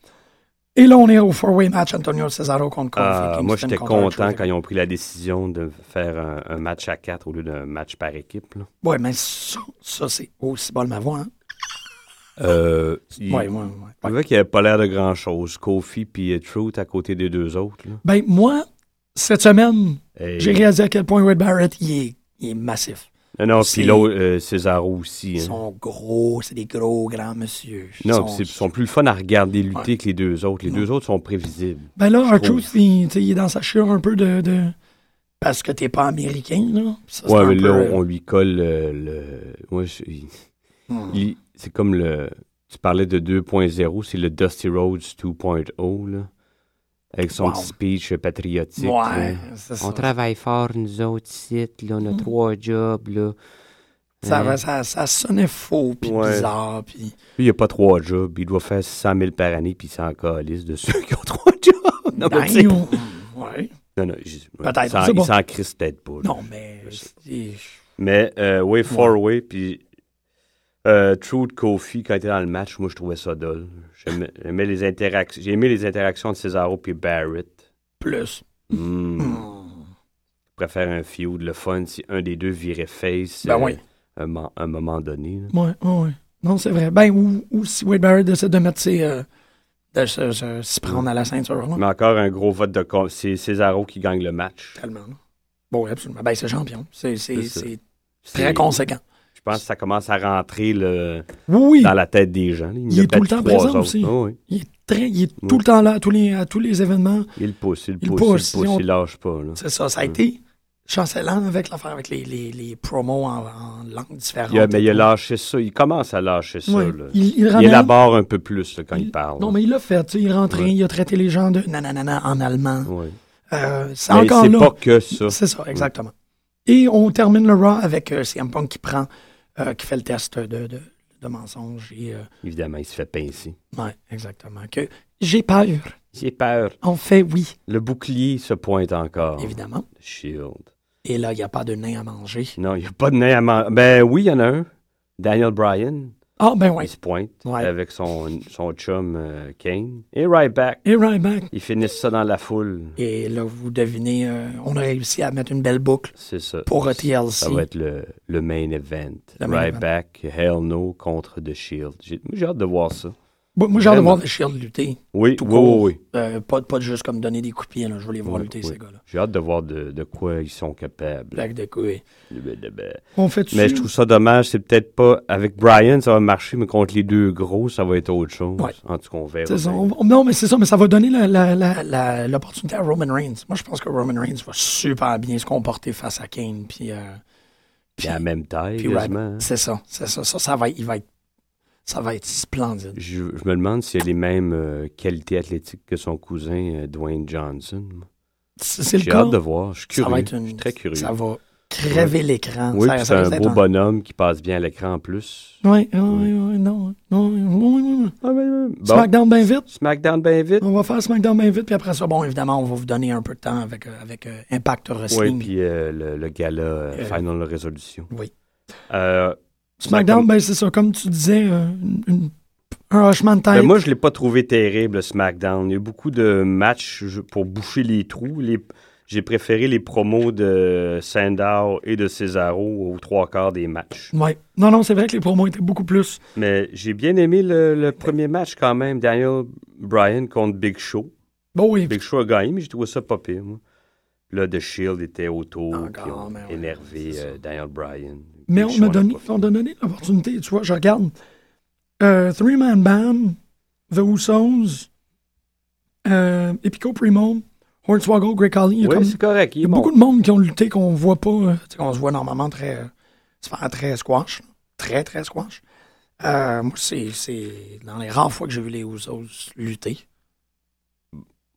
Et là, on est au four-way match Antonio Cesaro contre Kofi
Ah,
Kingston
moi, j'étais
contre
content
Archer.
quand ils ont pris la décision de faire un, un match à quatre au lieu d'un match par équipe. là.
Ouais, mais ça, ça c'est aussi bon de ma voix. Hein?
Euh, il-
Ouais, ouais, ouais.
On voit qu'il avait pas l'air de grand-chose. Kofi puis euh, Truth à côté des deux autres. là.
Ben, moi, cette semaine,
Hey.
j'ai réalisé à quel point Wade Barrett, il est, il est massif.
Non, non,
C'est-
puis l'autre, euh, Cesaro aussi.
Ils
hein.
sont gros, c'est des gros grands monsieur. Ils
Non,
sont-
puis c'est- ils sont plus le fun à regarder lutter
Ouais.
que les deux autres. Les deux autres sont prévisibles.
Ben là,
je trouve.
R-Truth, il, tu sais, il est dans sa chure un peu de. de- Parce que t'es pas américain, là. Ça, c'est
ouais,
un
mais
peu,
là,
euh,
on lui colle euh, le. ouais, je- il-
Hmm.
il- C'est comme le. Tu parlais de 2.0, c'est le Dusty Rhodes 2.0, là. Avec son
Wow.
petit speech patriotique.
Ouais,
là.
c'est ça.
On travaille fort, nous autres, sites, là. On
Mm.
a trois jobs, là.
Ça,
Hein.
va- ça, ça sonnait faux, puis
Ouais.
bizarre, puis.
Lui, il n'a pas trois jobs. Il doit faire 100 000 par année, puis il s'en calisse de ceux qui ont trois jobs. Non, mais tu sais-
Ben, ouais.
non, non, je-
Peut-être,
il s'en-
on sait
Il
pas.
s'en crisse peut-être pas. là.
Non, mais. c'est-
Mais euh, Way Four Way, puis euh, Trude Kofi, quand il était dans le match, moi, je trouvais ça dole. J'aimais j'aimais les interactions. J'ai aimé les interactions de Cesaro puis Barrett.
Plus. Hmm.
Mm. Je préfère un feud, le fun, si un des deux virait face euh,
Ben oui.
un, mo- un moment donné. là.
Ouais, ouais, ouais. Non, c'est vrai. Ben, ou, ou si Wade Barrett décide de mettre ses. euh, de se, se- se prendre à la ceinture, là.
Mais encore un gros vote de... con- C'est Cesaro qui gagne le match.
Totalement, là. Bon, oui, absolument. Ben, c'est champion. C'est c'est-
C'est ça.
c'est
C'est-
très conséquent.
Je pense que ça commence à rentrer le...
Oui,
dans la tête des gens. Il, y
Il
a
est tout le
peut-être
temps
trois
présent
autres.
aussi.
Ah oui.
il est, très, il est
Oui.
tout le temps là à tous les, à tous les événements. Hmm.
Il le pousse, il le
Il
pousse,
pousse,
il le pousse,
on-
il lâche pas. là.
C'est ça, ça a été chancelant avec l'affaire avec les, les, les promos en, en langue différente.
Il a- mais il a
et tout.
lâché ça. Il commence à lâcher ça.
Ouais,
là.
Il, il
Il
ramène-
élabore un peu plus là, quand il, parle.
Non, mais il l'a fait. tu sais, Il est rentré,
Ouais.
il a traité les gens de nananana en allemand.
Ouais.
Euh, c'est
Mais
encore
c'est
là.
pas que ça.
C'est ça, exactement. Et on termine le Raw avec euh, CM Punk qui prend, euh, qui fait le test de, de, de mensonge. Et, euh,
Évidemment, il se fait pincer.
ouais, exactement. Que j'ai peur.
J'ai peur.
En fait, oui,
Le bouclier se pointe encore.
évidemment.
Le shield.
Et là, il n'y a pas de nain à manger.
Non, il n'y a pas de nez à man- Ben oui, il y en a un. Daniel Bryan.
Ah, ben
Il
oui.
se pointe
Ouais.
avec son, son chum euh, Kane. Et right back.
Et Ryback.
Ils finissent ça dans la foule.
Et là, vous devinez, euh, on a réussi à mettre une belle boucle
C'est ça.
pour euh,
Ça
TLC.
va être le, le main event.
Le main
right
event.
back, Hell No contre The Shield. J'ai moi, j'ai hâte de voir ça.
Moi, moi, j'ai hâte de
Vraiment.
voir le Shield lutter.
Oui,
Tout
oui,
court.
oui, oui.
Euh, pas, pas juste comme donner des coups de pied. là. Je veux les voir
Oui,
lutter,
oui.
ces gars-là.
J'ai hâte de voir de, de quoi ils sont capables.
Blague de couilles.
Mais
On fait
je trouve ça dommage. C'est peut-être pas. Avec Brian, ça va marcher, mais contre les deux gros, ça va être autre chose.
Ouais.
En tout cas, on verra.
C'est ça.
bien.
On- on- non, mais c'est ça, mais ça va donner la- la- la- la- l'opportunité à Roman Reigns. Moi, je pense que Roman Reigns va super bien se comporter face à Kane. Puis, euh,
Puis à la même taille,
puis Ryback.
quasiment.
c'est ça, c'est ça, ça, ça va, être- il va être, ça va être splendide.
Je, je me demande s'il a les mêmes euh, qualités athlétiques que son cousin euh, Dwayne Johnson.
C'est c'est le
J'ai
cas.
hâte de voir. Je suis
ça
curieux.
va être une,
Je suis très curieux.
Ça va crever l'écran.
Oui,
Ça-
puis c'est
ça
un
risque
beau
d'être
bonhomme qui passe bien à l'écran en plus. Ah,
Ouais, ouais, ouais, non, non, ouais, ouais, ouais, ouais.
Bon,
Smackdown bien vite.
SmackDown bien vite.
On va faire Smackdown bien vite, puis après ça, bon, évidemment, on va vous donner un peu de temps avec, euh, avec euh, Impact
Oui,
Wrestling.
puis euh, le, le gala euh,
Euh,
Final Resolution.
oui.
Euh,
SmackDown, ben c'est ça, comme tu disais, euh, une- une- un hochement de tête.
ben, moi, je ne l'ai pas trouvé terrible, le SmackDown. Il y a eu beaucoup de matchs je- pour boucher les trous. Les- J'ai préféré les promos de Sandow et de Cesaro aux trois quarts des matchs.
Ouais. Non, non, c'est vrai que les promos étaient beaucoup plus.
Mais j'ai bien aimé le, le premier match quand même. Daniel Bryan contre Big Show.
Bon, oui.
Big Show a gagné, mais j'ai trouvé ça pas pire, moi. Là, The Shield était autour,
Encore,
puis ont
Ah, mais ouais,
énervé
c'est ça.
euh, Daniel Bryan.
Mais
Big
on
Show
m'a
en a
donné,
profité.
on a donné l'opportunité, tu vois, je regarde. Euh, Three Man Band, The Usos, euh, Epico Primo, Hornswoggle, Greg Colley. Il y a,
Oui,
comme-
c'est correct.
il y a beaucoup de monde qui ont lutté qu'on voit pas. euh, tu sais, on se voit normalement très, euh, se faire très squash. Très, très squash. Euh, moi, c'est c'est dans les rares fois que j'ai vu les Usos lutter.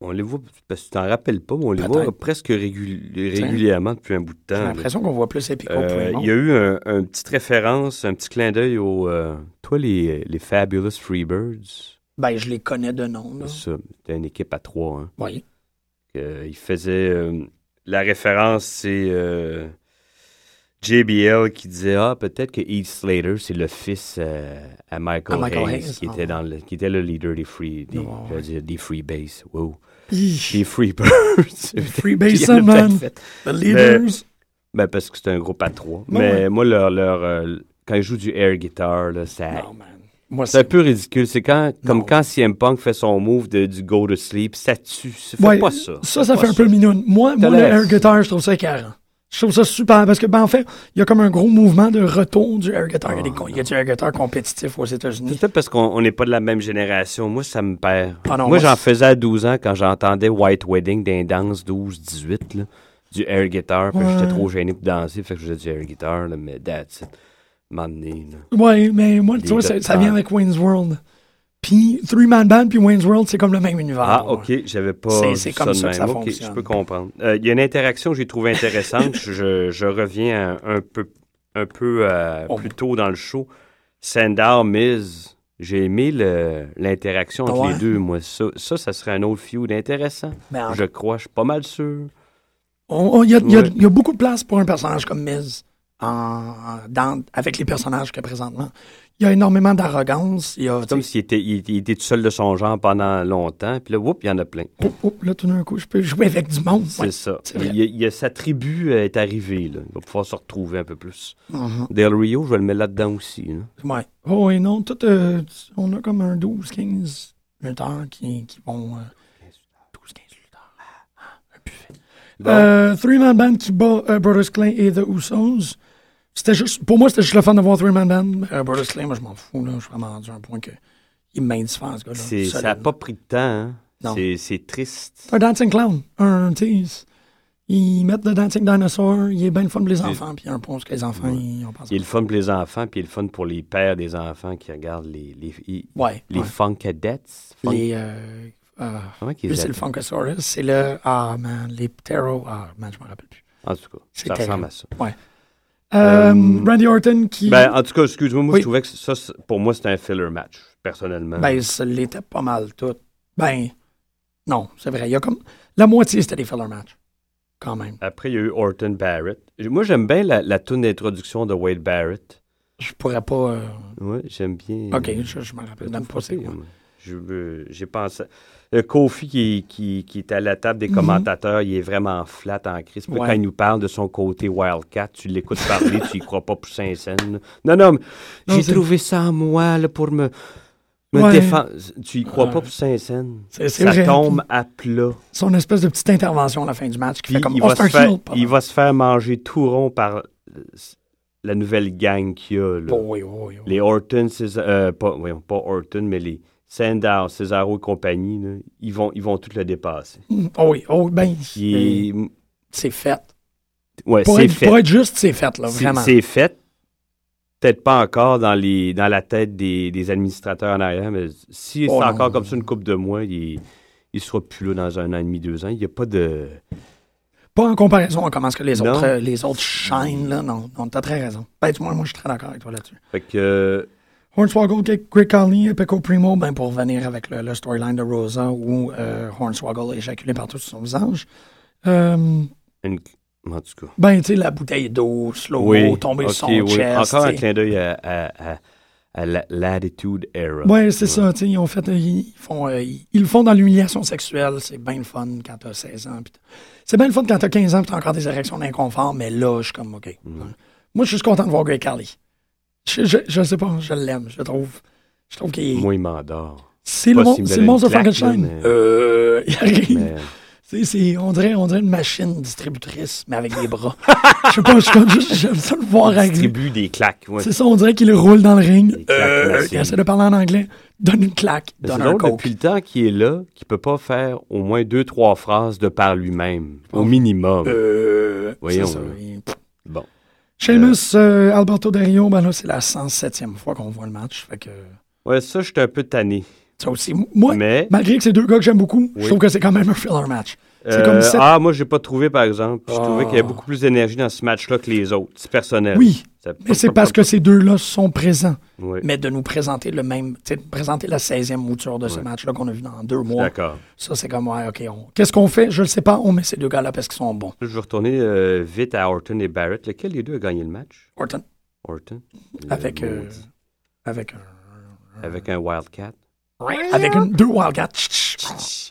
On les voit, parce que tu t'en rappelles pas, mais on les voit
Peut-être.
presque régul- régulièrement depuis un bout de
J'ai
temps. là.
l'impression qu'on voit plus Epico
Hein, Euh,
Primo.
Il y a eu un, un petite référence, un petit clin d'œil au... euh, toi, les, les Fabulous Freebirds,
Ben, je les connais de nom. là.
c'est ça, c'était une équipe à trois. Hein.
Oui.
Euh, il faisait... euh, la référence, c'est... euh, JBL qui disait ah peut-être que Heath Slater c'est le fils euh, à Michael,
À Michael
Hayes,
Hayes,
qui
ah
était
ouais. Ah
dans le qui était le leader des free des,
Ouais,
je veux dire, des free base wow
Hi.
des free birds
Free Base,
Il y en a
man.
peut-être fait.
The Leaders.
Ben, parce que c'est un groupe à trois.
Ben
mais
ouais.
moi, leur, leur, euh, quand ils jouent du air guitar, là, ça-
Non, man. Moi,
c'est un
c'est.
peu ridicule. C'est quand, comme
Non.
quand CM Punk fait son move de, du go to sleep, ça tue. Ça fait
Ouais,
pas ça.
Ça, ça
pas
fait un peu mignon. Moi, moi
T'as
le
l'air-
air guitar, je trouve ça écœurant. Je trouve ça super parce que, ben, en fait, il y a comme un gros mouvement de retour du air guitar. Il y a
Ah.
des con- il y, a du air guitar compétitif aux
C'est
États-Unis.
peut-être parce qu'on on n'est pas de la même génération. Moi, ça me perd.
Ah non,
moi,
moi,
j'en
c'est-
faisais à 12 ans quand j'entendais White Wedding d'un danse 12, 18, là, du air guitar. Puis j'étais trop gêné pour danser. Fait que je faisais du air guitar, là, mais that's it. M'emmener, là.
Ouais, mais moi,
Des
tu vois, ça, ça
guitares.
vient avec Wayne's World. Puis, Three Man Band, puis Wayne's World, c'est comme le même univers.
Ah,
pour moi.
ok, j'avais pas.
C'est-
vu
c'est comme ça
de
que ça
même. Ok,
fonctionne.
je peux comprendre. Euh, Il y a une interaction que j'ai trouvée intéressante. je, je reviens un, un peu, un peu euh,
Oh.
plus tôt dans le show. Sandar Miz. J'ai aimé le- l'interaction entre
Ouais. Ah.
les deux, moi. Ça, ça, ça serait un autre feud intéressant.
Mais en-
Je crois, je suis pas mal sûr.
Ben, on- on- Il y, a- il y a-
Ouais.
il y a beaucoup de place pour un personnage comme Miz en, en- dans, avec les personnages que présentement. Il y a énormément d'arrogance. Il y a.
C'est comme s'il était, il, il était tout seul de son genre pendant longtemps. Puis là, whoop, il y en a plein.
Oh, oh, là, tout d'un coup, je peux jouer avec du monde.
C'est
Ouais.
ça.
c'est vrai.
Il, y a- il y a- sa tribu euh, est arrivée. Là. Il va pouvoir se retrouver un peu plus. Del Rio, je vais le mettre là-dedans aussi. là.
Ouais. Oh, et non, tout, euh, on a comme un 12, 15 lutteurs qui, qui vont. euh, 12, 15 lutteurs. Ah, un buffet. Euh, Three Man Band qui bat euh, Brutus Clay et The Usos. C'était juste, pour moi, c'était juste le fun de voir Three Man Band. Euh, Brutus Clay, moi, je m'en fous. Là. Je suis vraiment rendu à un point que il m'indiffère, ce gars-là.
C'est- Ça n'a
Solide.
pas pris de temps. hein.
Non.
C'est- C'est triste.
un dancing clown. Un, tu sais, Ils mettent le Dancing Dinosaur. Il est bien le fun pour les enfants. Puis il y a un point parce que les enfants, ils ont
Il est
pensé.
le fun pour les enfants, puis il est le fun pour les pères des enfants qui regardent les, les, les,
Ouais.
les
ouais.
Funkadettes. Funk-
Les. euh, euh,
Comment qu'ils
plus c'est
appellent?
le Funkasaurus, c'est le. Ah, man, les Ptero. Ah, man, je me rappelle plus.
En tout cas,
C'est
ça
terrible.
ressemble à ça.
Euh,
Euh,
Randy Orton qui.
Ben, en tout cas, excuse-moi, moi,
Oui.
je trouvais que ça, c'est- pour moi, c'était un filler match, personnellement.
Ben, ça l'était pas mal tout. Ben, non, c'est vrai. Il y a comme. La moitié, c'était des filler matchs. Quand même.
Après, il y a eu Orton Barrett. J- Moi, j'aime bien la, la toune d'introduction de Wade Barrett.
Je pourrais pas. euh,
Ouais, j'aime bien.
Ok, je, je me rappelle même pas c'est quoi.
Je- euh, J'ai pensé. Le Kofi qui, qui, qui est à la table des
Mhm.
commentateurs, il est vraiment flat en crise. Puis
Ouais.
Quand il nous parle de son côté Wildcat, tu l'écoutes parler, tu y crois pas pour saint scènes. Non, non, mais
Non,
j'ai
c'est-
trouvé ça en moi là, pour me, me
Ouais.
défendre. Tu y crois
Ouais.
pas pour saint scènes.
C'est- c'est
Ça
vrai.
tombe à plat.
Son espèce de petite intervention à la fin du match qui
Puis
fait comme.
il,
Oh,
va
c'est un
se faire,
heel, pardon.
il va se faire manger tout rond par euh, la nouvelle gang qu'il y a. là.
Oh, oui, oui, oui.
Les Orton, César- euh, pas, voyons, pas Orton, mais les Sandow, Cesaro et compagnie, là, ils, vont, ils vont tout le dépasser.
Mm, Oh, oui, oh, ben.
Puis,
C'est fait.
ouais,
Pour
c'est
être,
fait.
pour être juste, c'est fait, là,
C'est-
vraiment.
c'est fait. Peut-être pas encore dans, les, dans la tête des, des administrateurs en arrière, mais si
Oh,
c'est
non,
encore comme
non.
ça une coupe de mois, il ne sera plus là dans un an et demi, deux ans. Il n'y a pas de...
Pas en comparaison à comment est-ce que les
Non.
autres, euh, les autres shine, là. Non, non t'as très raison. Ben, du moins, moi, je suis très d'accord avec toi là-dessus.
Fait que... euh,
Hornswoggle, Greg- Greg Conley et Pecco Primo, ben, pour venir avec le, le storyline de Rosa où euh, Hornswoggle est éjaculé partout sur son visage. Euh,
une- En tout cas...
ben, tu sais, la bouteille d'eau, slow tomber
ok,
sur son
oui.
chest.
Encore un
tu sais.
clin d'œil à, à- à- à la- l'Attitude Era.
Ouais, c'est ça, tu sais, ils ont fait, euh, ils font, euh, ils, ils le font dans l'humiliation sexuelle, c'est bien le fun quand t'as 16 ans. pis t- c'est bien le fun quand t'as 15 ans pis t'as encore des érections d'inconfort, mais là, je suis comme, OK.
Mm.
Moi, je suis juste content de voir Greg Carly. Je, je, je sais pas, je l'aime, je trouve, je trouve qu'il
Moi, il m'endort.
c'est le,
pas
mon,
s'il me
c'est
donne
le
une
monstre de
claque, là,
Frankenstein.
mais-
Euh, il arrive.
Mais-
Tu sais, c'est- on dirait, on dirait une machine distributrice, mais avec des bras. Je sais pas, je suis comme juste, j'aime ça le voir arriver.
distribue des claques. ouais.
C'est ça, on dirait qu'il roule dans le ring.
Des claques,
Euh,
merci.
il essaie de parler en anglais. Donne une claque,
Mais C'est
donne un
drôle,
coke.
depuis le temps qu'il est là, qu'il peut pas faire au moins deux, trois phrases de par lui-même, au
Ah.
minimum.
Euh,
Voyons,
c'est ça,
là.
il-
Bon.
Sheamus, euh, Alberto Del Rio, ben là, c'est la 107e fois qu'on voit le match. Fait que,
Ouais, ça, je suis un peu tanné.
ça aussi, moi,
Mais,
malgré que c'est deux gars que j'aime beaucoup, je
Oui.
trouve que c'est quand même un filler match. c'est
euh,
comme sept-
ah, moi, j'ai pas trouvé, par exemple. Je
Ah.
trouvais qu'il y avait beaucoup plus d'énergie dans ce match-là que les autres. C'est personnel.
Oui,
Ça-
mais c'est parce que ces deux-là sont présents.
Ouais,
Mais de nous présenter le même, tu sais, de présenter la 16e mouture de ce
Ouais.
match-là qu'on a vu dans deux mois,
D'accord.
ça, c'est comme, ouais, OK, on- qu'est-ce qu'on fait? Je le sais pas, on met ces deux gars-là parce qu'ils sont bons.
Je vais retourner euh, vite à Orton et Barrett. Lequel des deux a gagné le match?
Orton,
Orton. Le
avec, euh,
maudit.
avec, un-
Avec un Wildcat.
avec une- deux Wildcats. Chut, chut, chut.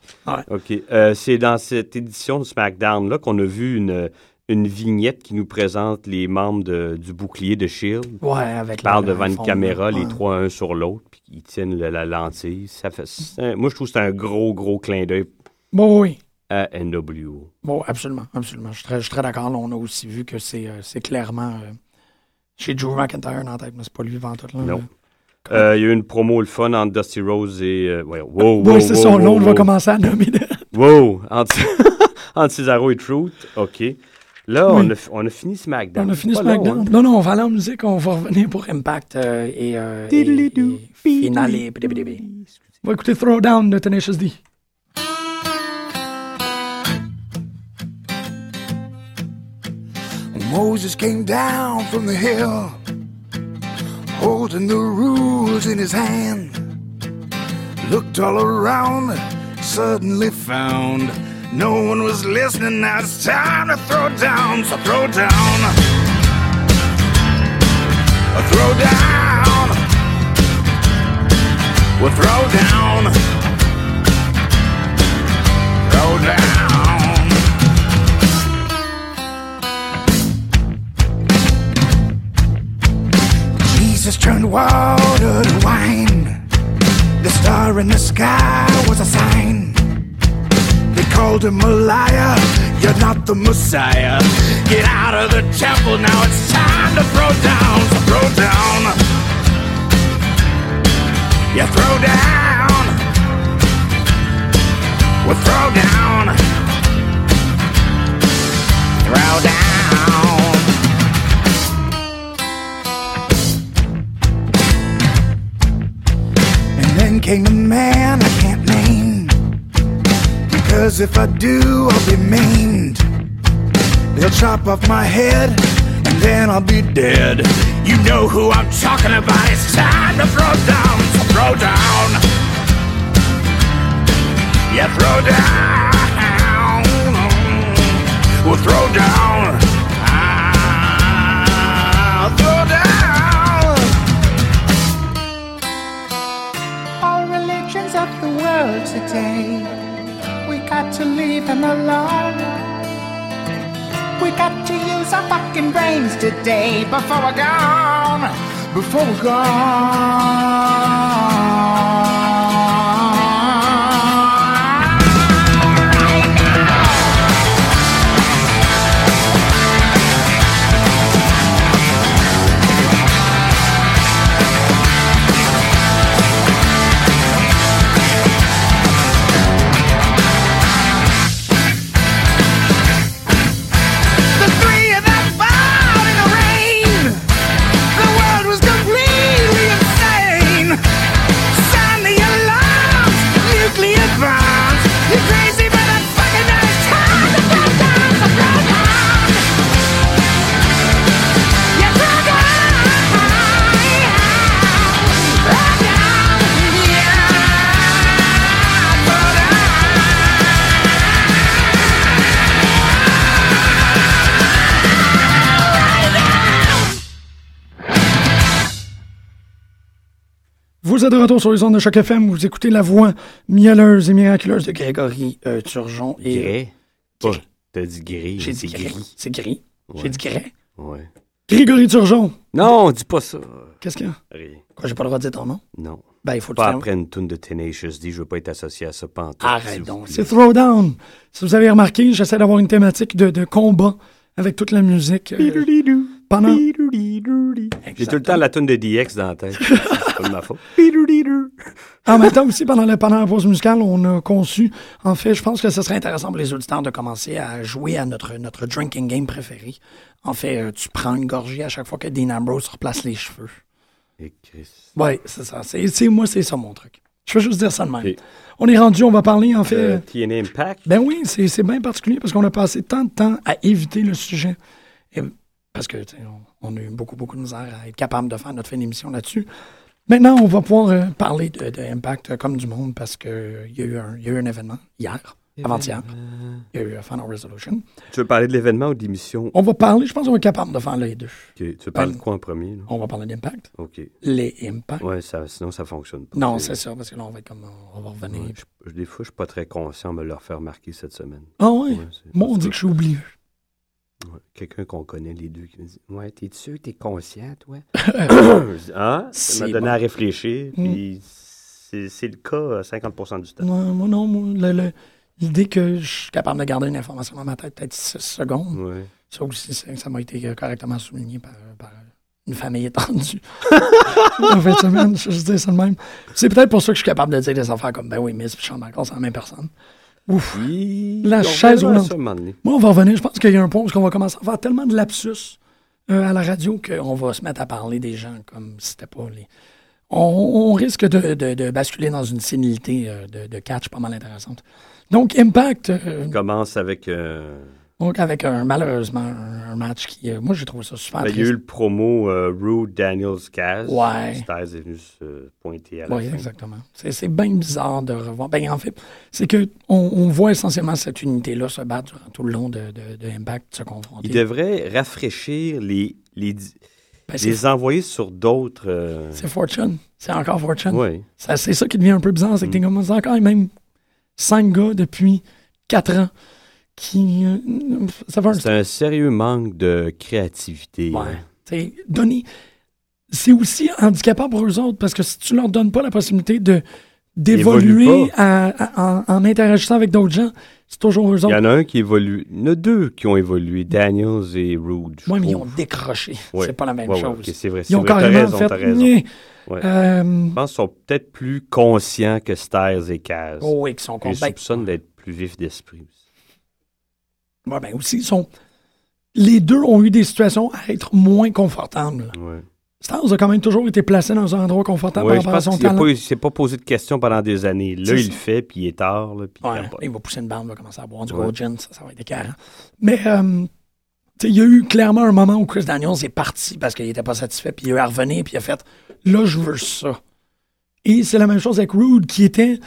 OK. Euh, c'est dans cette édition de SmackDown-là qu'on a vu une, une vignette qui nous présente les membres de- du bouclier de Shield.
Ouais, avec
Ils parlent
le-
devant
le
une
fond,
caméra,
ouais.
les trois un sur l'autre, puis ils tiennent le- la lentille. Ça fait, c'est un- moi, je trouve que c'est un gros, gros clin d'œil
Bon, oui.
à NWO.
Bon, absolument, absolument. Je suis très, je suis très d'accord. Là, on a aussi vu que c'est, euh, c'est clairement euh, chez Drew McIntyre dans la tête, mais c'est pas lui avant tout. Là,
Non.
Là.
Euh, Il y a eu une promo le fun entre Dusty Rose et. euh, voyons, wow, wow,
oui, Ah, c'est
wow,
son
wow,
nom, on va
wow.
commencer à nommer.
Wow! Entre, entre Cesaro et Truth, OK. Là, on,
Oui.
a, fi- on a fini SmackDown.
On a fini
Pas
ce
long,
SmackDown.
hein.
Non, non, on va aller en musique, on va revenir pour Impact euh, et, euh, et, et
Tiddly-doo,
finale. et bidi-bidi-bidi. On va écouter Throwdown de Tenacious D.
Moses came down from the hill, holding the rules in his hand. Looked all around, suddenly found no one was listening. Now it's time to throw down, so throw down, throw down, well, throw down, throw down. Jesus turned water to wine. The star in the sky was a sign. They called him a liar. You're not the Messiah. Get out of the temple now. It's time to throw down. So throw down. Yeah, throw down. Well, throw down. Throw down. And then came a man I can't name. Cause if I do, I'll be maimed. They'll chop off my head, and then I'll be dead. You know who I'm talking about. It's time to throw down, so throw down. Yeah, throw down. We'll throw down. Ah, throw down.
all religions of the world today. We got to leave them alone. We got to use our fucking brains today before we're gone. Before we're gone.
The three of them fought in the rain. The world was completely insane. Sound the alarms, nuclear bombs. You crazy motherfucker, now it's time to throw down, so throw down. Yeah, throw down. Throw down. Yeah, throw down.
Vous êtes de retour sur les ondes de Choc FM. Vous écoutez la voix mielleuse et miraculeuse de Grégory euh, Turgeon. Et
Gray? Pas- T'as dit gris.
J'ai
c'est
dit gris. C'est gris. J'ai
Ouais.
dit gris.
Ouais.
Grégory Turgeon.
Non, dis pas ça.
Qu'est-ce qu'il y a?
Rien.
Quoi, j'ai pas le droit de dire ton nom?
Non.
Ben, il faut le
Pas
faire.
après une toune de Tenacious D, je veux pas être associé à ça pantoute. s'il
Arrête
vous
donc.
plaît.
C'est Throwdown. Si vous avez remarqué, j'essaie d'avoir une thématique de, de combat avec toute la musique. euh, pendant...
J'ai tout le temps la toune de DX dans la tête. C'est pas de ma faute.
En même temps aussi, pendant la, pendant la pause musicale, on a conçu, en fait, je pense que ce serait intéressant pour les auditeurs de commencer à jouer à notre, notre drinking game préféré. En fait, euh, tu prends une gorgée à chaque fois que Dean Ambrose replace les cheveux.
Et Chris.
Ouais, c'est ça. C'est, c'est- moi, c'est ça mon truc. Je veux juste dire ça de même.
Ok.
On est rendu, on va parler, en fait...
Euh, TNA Impact?
Ben oui, c'est c'est bien particulier parce qu'on a passé tant de temps à éviter le sujet. Et- parce que tu sais, on, on a eu beaucoup, beaucoup de misère à être capable de faire notre fin d'émission là-dessus. Maintenant, on va pouvoir euh, parler de, de Impact euh, comme du monde parce qu'il y, a eu un- il y a eu un événement hier, avant-hier. Il y a eu euh, Final Resolution.
Tu veux parler de l'événement ou de l'émission?
On va parler, je pense qu'on est capable de faire les deux.
Ok, Tu veux parler de quoi en premier? là?
On va parler d'Impact,
OK.
les Impacts.
Ouais, ça, sinon ça fonctionne pas.
Non, c'est ça, parce que là, on va être comme. On va revenir.
Ouais, je- je- des fois, je suis pas très conscient de me le faire marquer cette semaine.
Ah ouais?
Ouais, c'est-
Moi, on dit que je suis oublié.
Ouais, Quelqu'un qu'on connaît, les deux, qui me dit Ouais, t'es sûr, t'es conscient, toi Je dis, Hein Ça
C'est
m'a donné
bon. Mm.
à réfléchir, puis c'est c'est le cas euh, à 50 du temps.
Non, moi non, moi, le- le- l'idée que je suis capable de garder une information dans ma tête peut-être 6 secondes,
Ouais.
ça aussi, ça ça m'a été euh, correctement souligné par, euh, par, euh, une famille étendue. en fin de semaine, je je dis ça de même. C'est peut-être pour ça que je suis capable de dire des affaires comme Ben oui, mais c'est Shawn Michaels, c'est la même personne. Ouf. La
On
chaise
verra
roulante.
ça, un moment donné.
Moi, on va revenir. Je pense qu'il y a un point où on va commencer à faire tellement de lapsus euh, à la radio qu'on va se mettre à parler des gens comme si c'était pas les. On, on risque de, de- de basculer dans une sénilité euh, de, de catch pas mal intéressante. Donc, Impact, euh,
On commence avec. euh,
donc avec un, malheureusement un, un match qui. euh, moi, j'ai trouvé ça super
ben, il y a
triste.
eu le promo euh, Rude Daniels Caz.
Ouais.
Staz est venu se pointer à la
Oui,
fin.
exactement. C'est c'est bien bizarre de revoir. Ben, en fait, c'est que on, on voit essentiellement cette unité-là se battre durant tout le long de, de- de Impact, se confronter.
Il devrait rafraîchir les, les, di-
Ben, c'est
les envoyer sur d'autres. euh,
c'est Fortune. C'est encore Fortune.
ouais. Mm.
Ça, c'est ça qui devient un peu bizarre, c'est que t'es comme c'est encore les mêmes cinq gars depuis quatre ans qui. euh, ça va un
C'est un sérieux manque de créativité.
Ouais.
hein.
T'sais, donner. C'est aussi handicapant pour eux autres parce que si tu leur donnes pas la possibilité de d'évoluer
Évoluent
à- à- en, en interagissant avec d'autres gens, c'est toujours eux
Il y
autres.
en a un qui évolue. Il y en a deux qui ont évolué, Daniels et Rude. je
Moi, mais ils ont
trouve.
décroché.
Ouais.
C'est pas la même
Ouais, ouais,
chose.
ok, c'est vrai.
Ils
c'est
ont
vrai, t'as
carrément
raison, t'as
fait.
raison.
Nyeh.
Ouais.
Euh,
Je pense qu'ils sont peut-être plus conscients que Stairs et Caz.
oh oui, qui sont
Ils
contents.
soupçonnent d'être plus vifs d'esprit.
Ouais, ben aussi, ils sont. Les deux ont eu des situations à être moins confortables.
Ouais.
Stars a quand même toujours été placé dans un endroit confortable
Ouais,
par
je
rapport à
pense
son
qu'il a
talent.
pas- il s'est pas posé de questions pendant des années. Là,
C'est
il le fait, puis il est tard, là, puis il
Ouais,
capote.
il va pousser une bande, va commencer à boire du
Ouais.
gros gin, ça, ça va être écœurant. Mais euh, tu sais, il y a eu clairement un moment où Chris Daniels est parti parce qu'il était pas satisfait, puis il est revenu, puis il a fait Là, je veux ça. Et c'est la même chose avec Rude qui était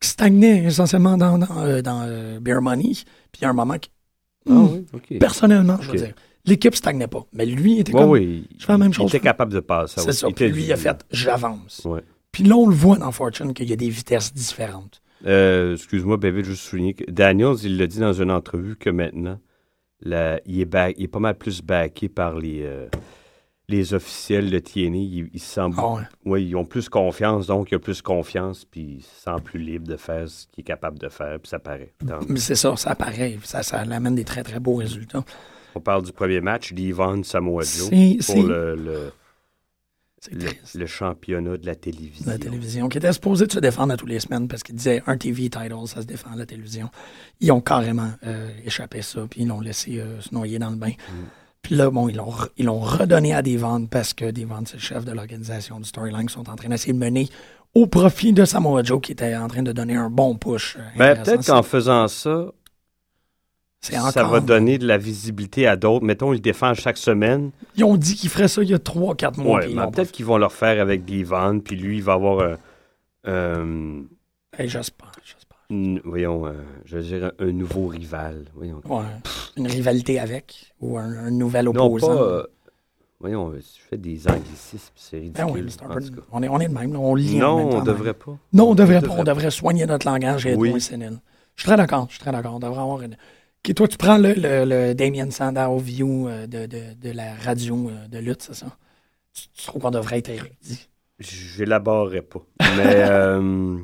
qui stagnait essentiellement dans, dans, euh, dans, euh, Beer Money, puis il y a un moment qui, hmm,
Ah oui, OK.
personnellement, je veux
Ok.
dire, l'équipe stagnait pas. Mais lui était
Ouais,
comme
oui,
je fais la même
il
chose.
était capable de passer.
C'est
ouais.
ça.
Il
Puis
était
lui,
du-
il a fait j'avance.
Ouais.
Puis là, on le voit dans Fortune qu'il y a des vitesses différentes.
Euh, Excuse-moi, ben vite, juste souligner que Daniels, il l'a dit dans une entrevue que maintenant, la- il, est back- il est pas mal plus backé par les, euh, les officiels de TNA. Il, il se sent
Ah ouais.
ouais, ils ont plus confiance, donc il a plus confiance, puis il se sent plus libre de faire ce qu'il est capable de faire, puis ça paraît. Tant mieux.
Mais c'est ça, ça apparaît. Ça, ça l'amène des très, très beaux résultats.
On parle du premier match d'Yvonne Samoa Joe
C'est- c'est-
pour le, le,
C'est
le,
triste.
le championnat de la télévision.
La télévision, qui était supposée de se défendre à toutes les semaines parce qu'ils disaient un TV title, ça se défend à la télévision. Ils ont carrément euh, échappé ça, puis ils l'ont laissé euh, se noyer dans le bain.
Mm.
Puis là, bon, ils l'ont, re- ils l'ont redonné à Devon parce que Devon, c'est le chef de l'organisation du Storyline, qui sont en train d'essayer de mener au profit de Samoa Joe, qui était en train de donner un bon push. euh,
Ben,
intéressant.
peut-être qu'en faisant ça,
C'est
ça
encore-
va donner de la visibilité à d'autres. Mettons, ils le défendent chaque semaine.
Ils ont dit qu'ils feraient ça il y a 3-4 mois.
ouais,
puis ils
mais
l'ont pas
peut-être qu'ils vont le refaire avec Divan, puis lui, il va avoir un. euh,
fait. Eh, j'espère, j'espère.
une- voyons, euh, je veux dire, un, un nouveau rival. Voyons.
Ouais, une rivalité avec ou un, un nouvel
Non,
opposant.
pas. euh, voyons, euh, je fais des anglicismes, c'est ridicule.
Ben oui, mais c'est un
en
peu-
tout cas.
on, est, on est de même, là, on lit en
Non,
même temps,
on
hein.
devrait pas.
Non, on devrait
ne
pas. On devrait soigner notre langage et être
Oui.
moins sénile. Je suis très d'accord, je suis très d'accord. On devrait avoir une... Ok, toi, tu prends le, le, le Damien Sandow view euh, de, de, de la radio euh, de lutte, c'est ça? Tu, tu trouves qu'on devrait être érudit?
J'élaborerai pas. Mais. euh,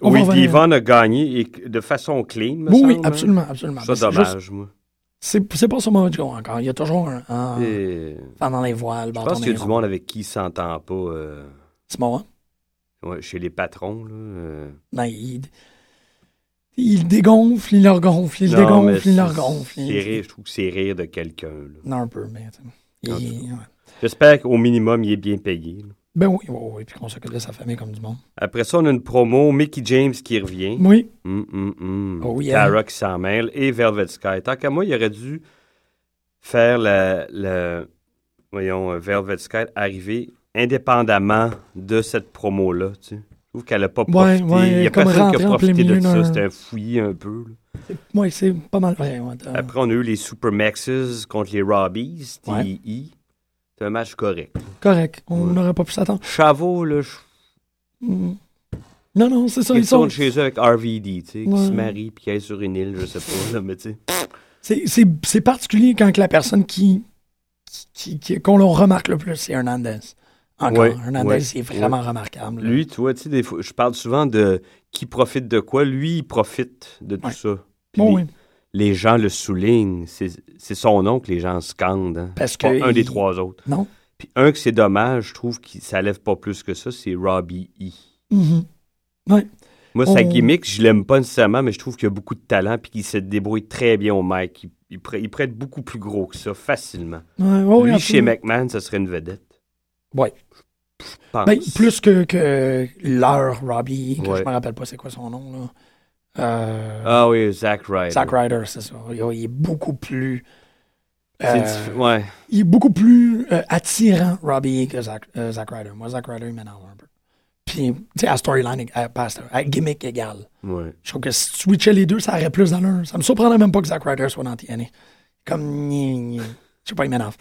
On
oui,
va revenir.
Divan a gagné et que- de façon clean, me
Oui,
semble,
oui,
hein.
absolument, absolument.
Ça,
Mais c'est
dommage,
juste-
moi.
C'est c'est pas sur mon Joe encore. Il y a toujours un, un-
Et-
pendant les voiles,
Je
bâton
pense
dans
qu'il y
les
a du
ronds.
monde avec qui il s'entend pas euh,
C'est bon, hein?
ouais, chez les patrons. Là, euh.
Non, il, il dégonfle, il le regonfle, il
Non, mais
dégonfle, il
c'est-
le regonfle.
c'est
il-
rire, je trouve que c'est rire de quelqu'un. là.
Non, un peu, mais. tu sais,
En
il-
tout
ouais.
J'espère qu'au minimum, il est bien payé. là.
Ben oui, oui, oui, puis qu'on s'occupe de sa famille comme du monde.
Après ça, on a une promo, Mickey James qui revient.
Oui,
Hum, hum, hum.
Oh, yeah.
Tara qui s'en mêle et Velvet Sky. Tant qu'à moi, il aurait dû faire la, la- voyons, euh, Velvet Sky arriver indépendamment de cette promo-là. tu sais. Je trouve qu'elle n'a pas profité.
ouais,
il n'y a
comme
personne qui
rentrer
a
en plein
profité de
milieu
ça.
d'un-
C'était un fouillis un peu. là.
oui, c'est pas mal vrai. ouais, t'as-
Après, on a eu les Super Maxes contre les Robbies, TI.
Ouais.
C'est un match correct.
Correct, on
Ouais.
n'aurait pas pu s'attendre.
Chavo, là, je
Mm. Non, non, c'est ça,
Ils
ils sont.
sont chez eux avec RVD, tu sais, qui
Ouais.
se marie puis qui est sur une île, je sais pas, là, mais tu sais.
C'est- C'est c'est particulier quand que la personne qui. qui- qui- qu'on le remarque le plus, c'est Hernandez. Encore.
Ouais,
Hernandez,
ouais,
c'est vraiment remarquable. là.
Lui, tu vois, tu sais, des fois, je parle souvent de qui profite de quoi. Lui, il profite de tout
Ouais.
ça. Puis
Bon,
les,
oui,
les gens le soulignent. C'est c'est son nom que les gens scandent. hein.
parce que.
Pas un des
il-
trois autres.
Non.
Puis un que c'est dommage, je trouve que ça lève pas plus que ça, c'est Robbie E.
Mhm.
Moi, sa
On-
gimmick, je l'aime pas nécessairement, mais je trouve qu'il a beaucoup de talent puis qu'il se débrouille très bien au mic. Il, il, pr- il pourrait être beaucoup plus gros que ça, facilement.
Ouais, ouais,
Lui,
Oh, absolument.
chez McMahon, ça serait une vedette.
Ouais.
Je pense.
Ben, plus que, que leur Robbie, que
Ouais.
je me rappelle pas c'est quoi son nom, là. Euh,
Ah oui, Zack Ryder.
Zack Ryder, c'est ça. Il, il est beaucoup plus.
C'est
euh,
diff- Ouais.
il est beaucoup plus euh, attirant, Robbie, que Zack, euh, Zack Ryder. Moi, Zack Ryder, il m'énerve un peu. Puis, tu sais, à storyline, à, pas à story- à gimmick égal.
ouais.
Je trouve que si tu switchais les deux, ça aurait plus d'allure. Ça me surprendrait même pas que Zack Ryder soit dans TNA. Comme. gna, gna. Je sais pas, il m'énerve.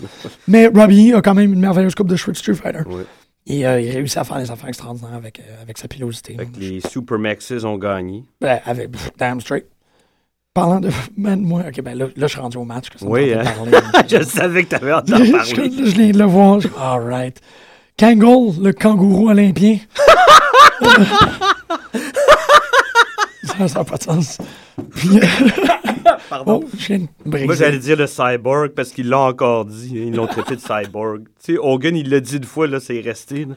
Mais Robbie a quand même une merveilleuse coupe de cheveux de Street Fighter.
Ouais.
Et euh, il réussit à faire des affaires extraordinaires avec, euh, avec sa pilosité.
Fait que les Supermaxes ont gagné.
Ben, avec pff, Damn Straight. Parlant de. Man, moi, ok, ben là, là, je suis rendu au match. Que ça me
Oui,
tentait de
hein.
parler.
Je savais que t'avais hâte d'en
je,
parler.
je viens de le voir. je- All right. Kangol, le kangourou olympien. ça n'a pas de sens. Puis, euh,
Pardon.
oh, je viens de briser.
Moi, j'allais dire le cyborg parce qu'ils l'ont encore dit. hein, Ils l'ont traité de cyborg. tu sais, Hogan, il l'a dit une fois, là, c'est resté. là.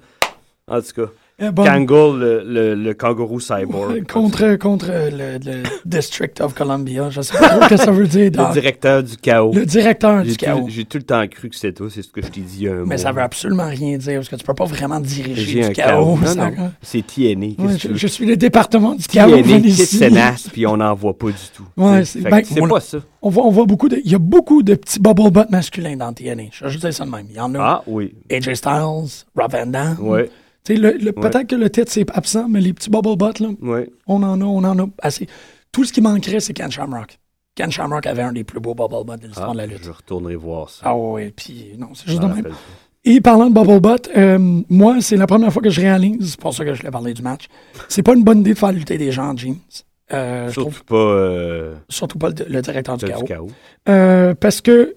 En tout cas.
Euh, bon,
Kangol, le, le- le kangourou cyborg.
euh, contre contre le, le District of Columbia, je sais pas trop ce que ça veut dire. dans-
Le directeur du chaos.
le directeur
J'ai
du
tout-
chaos.
J'ai tout le temps cru que c'était toi, c'est ce que je t'ai dit il y a un
Mais
mois.
ça veut absolument rien dire, parce que tu peux pas vraiment diriger
ben. J'ai un
du chaos.
chaos. Non,
ça- hein.
non, c'est TNA. qu'est-ce
Ouais,
que tu
je,
veux?
je suis le département du chaos.
TNA,
venez
c'est
ici.
Sénas, puis on n'en voit pas du tout.
Ouais, c'est-
c'est fait
ben,
que c'est
on-
pas ça.
On voit, on voit beaucoup de. Il y a beaucoup de petits bubble butt masculins dans TNA. Je, je dis ça de même. Il y en a.
Ah oui,
AJ Styles, Rob Van Damme.
ouais,
Tu sais, le- le- Peut-être que le titre, c'est absent, mais les petits bubble butt, là,
ouais.
on en a, on en a assez. Tout ce qui manquerait, c'est Ken Shamrock. Ken Shamrock avait un des plus beaux bubble butt de l'histoire
Ah,
de la lutte.
je retournerai voir ça.
Ah ouais, puis non, c'est
Je
juste de
m'en
même.
rappelle
Et parlant de Bubble Butt, euh, moi, c'est la première fois que je réalise, c'est pour ça que je voulais parler du match, c'est pas une bonne idée de faire lutter des gens en jeans. Euh,
pas.
je trouve
Surtout pas euh,
surtout pas le, le directeur du
Docteur
chaos.
du chaos.
Euh, parce que